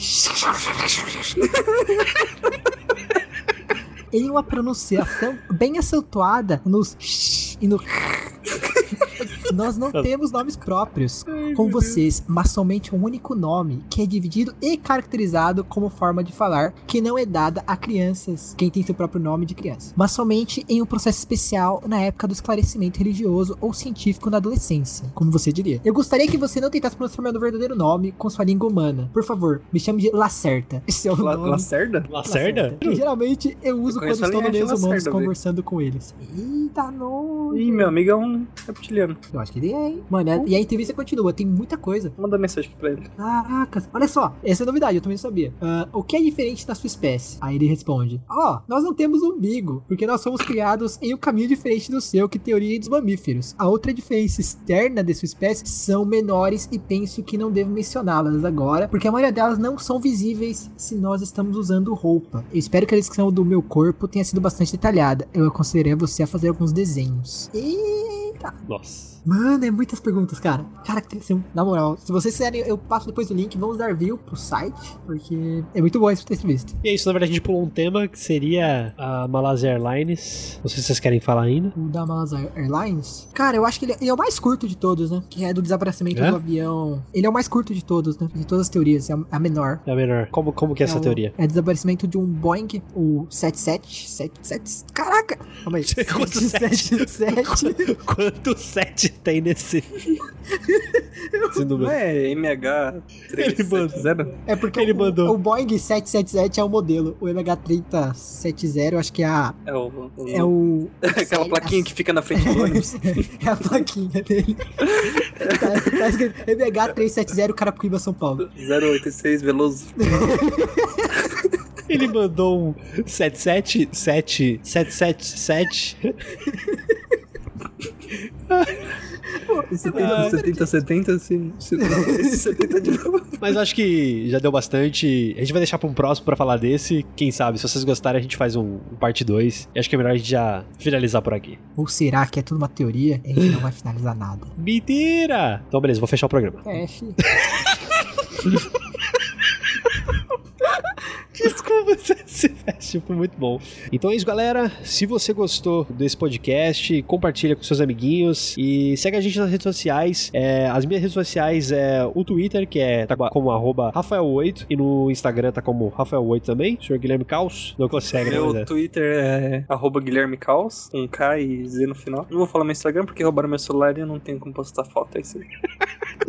Speaker 5: Ele é uma pronunciação bem acentuada nos e no Nós não temos nomes próprios com vocês, mas somente um único nome que é dividido e caracterizado como forma de falar que não é dada a crianças, quem tem seu próprio nome de criança, mas somente em um processo especial na época do esclarecimento religioso ou científico na adolescência, como você diria. Eu gostaria que você não tentasse pronunciar meu verdadeiro nome com sua língua humana. Por favor, me chame de Lacerta. Esse é o
Speaker 6: La-
Speaker 5: nome.
Speaker 6: Lacerda?
Speaker 4: Lacerda?
Speaker 5: Que geralmente eu uso
Speaker 6: Eu
Speaker 5: quando
Speaker 6: conheço a
Speaker 5: estou no
Speaker 6: linhagem
Speaker 5: meus humanos
Speaker 6: Lacerda, velho.
Speaker 5: conversando com eles. Eita, nojo.
Speaker 6: Ih, meu amigo é um reptiliano.
Speaker 5: Eu acho que ele é, hein? Mano, é- e a entrevista continua, tem muita coisa.
Speaker 6: Manda mensagem pra ele.
Speaker 5: Caracas, olha só, essa é novidade, eu também não sabia. Ah, o que é diferente da sua espécie? Aí ele responde: Ó, nós não temos umbigo, porque nós somos criados em um caminho diferente do seu, que tem origem dos mamíferos. A outra diferença externa de sua espécie são menores e penso que não devo mencioná-las agora, porque a maioria delas não são visíveis se nós estamos usando roupa. Eu espero que a descrição do meu corpo tenha sido bastante detalhada. Eu aconselharia você a fazer alguns desenhos. Eita!
Speaker 4: Nossa.
Speaker 5: Mano, é muitas perguntas, cara. Cara, que- se- na moral, se vocês quiserem, eu passo depois o link, vamos dar view pro site, porque é muito bom esse texto visto.
Speaker 4: E é isso, na verdade a gente pulou um tema que seria a Malaysia Airlines. Não sei se vocês querem falar ainda.
Speaker 5: O da Malas Airlines. Cara, eu acho que ele é, ele é o mais curto de todos, né? Que é do desaparecimento
Speaker 4: É?
Speaker 5: do avião. Ele é o mais curto de todos, né? De todas as teorias, é a- a menor.
Speaker 4: É a melhor. Como, como que é essa
Speaker 5: o-
Speaker 4: teoria?
Speaker 5: É desaparecimento de um Boeing, o 7777. Caraca! Calma aí.
Speaker 4: Quanto
Speaker 5: 777.
Speaker 4: Quanto 7 tem nesse, nesse
Speaker 6: Não
Speaker 4: número?
Speaker 6: é MH
Speaker 4: Ele manda.
Speaker 6: 370?
Speaker 5: É porque
Speaker 4: Ele
Speaker 5: o,
Speaker 4: mandou.
Speaker 5: o Boeing 777 é o modelo. O MH3070, acho que é a.
Speaker 6: É o. o-
Speaker 5: É o.
Speaker 6: Aquela plaquinha que fica na frente do ônibus.
Speaker 5: É a plaquinha dele. tá, tá escrito MH370 Carapicuíba, São Paulo.
Speaker 6: 086 Veloso.
Speaker 4: Ele mandou um 777 777
Speaker 5: Ah,
Speaker 6: 70, 70, 70, sim. sim. Esse 70 Ah, de novo.
Speaker 4: Mas eu acho que já deu bastante. A gente vai deixar pra um próximo pra falar desse. Quem sabe, se vocês gostarem, a gente faz um, um parte 2. E acho que é melhor a gente já finalizar por aqui.
Speaker 5: Ou será que é tudo uma teoria? A gente não vai finalizar nada.
Speaker 4: Mentira! Então, beleza, vou fechar o programa.
Speaker 5: Feche.
Speaker 4: Desculpa, se fecha, foi muito bom. Então é isso, galera. Se você gostou desse podcast, compartilha com seus amiguinhos e segue a gente nas redes sociais. É, as minhas redes sociais é o Twitter, que é tá como arroba Rafael8, e no Instagram tá como Rafael8 também. Senhor Guilherme Caos, não consegue, né?
Speaker 6: Meu
Speaker 4: mas é.
Speaker 6: Twitter é arroba Guilherme Caos, com K e Z no final. Não vou falar meu Instagram porque roubaram meu celular e eu não tenho como postar foto. É isso aí.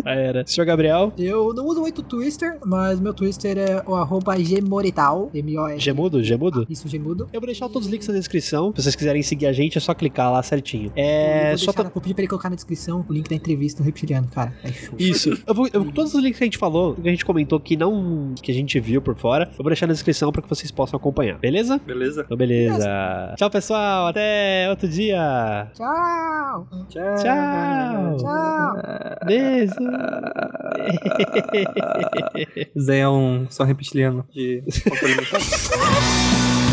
Speaker 4: Já era. Senhor Gabriel,
Speaker 5: Eu não uso muito o Twister, mas meu Twister é o arroba gmorital. M-O-R.
Speaker 4: Gemudo, Gemudo?
Speaker 5: Isso, gemudo.
Speaker 4: Eu vou deixar todos os links na descrição. Se vocês quiserem seguir a gente, é só clicar lá certinho.
Speaker 5: Eu
Speaker 4: É.
Speaker 5: vou,
Speaker 4: Só
Speaker 5: deixar-
Speaker 4: tá...
Speaker 5: vou pedir pra ele colocar na descrição o link da entrevista no reptiliano, cara. É show.
Speaker 4: Isso. Eu vou, eu- todos os links que a gente falou, que a gente comentou que não. que a gente viu por fora, eu vou deixar na descrição pra que vocês possam acompanhar. Beleza?
Speaker 6: Beleza?
Speaker 4: Então, beleza. Tchau, pessoal. Até outro dia.
Speaker 5: Tchau!
Speaker 6: Tchau.
Speaker 4: Tchau.
Speaker 5: Tchau!
Speaker 4: Beijo.
Speaker 6: Zé é um só reptiliano de controle mental.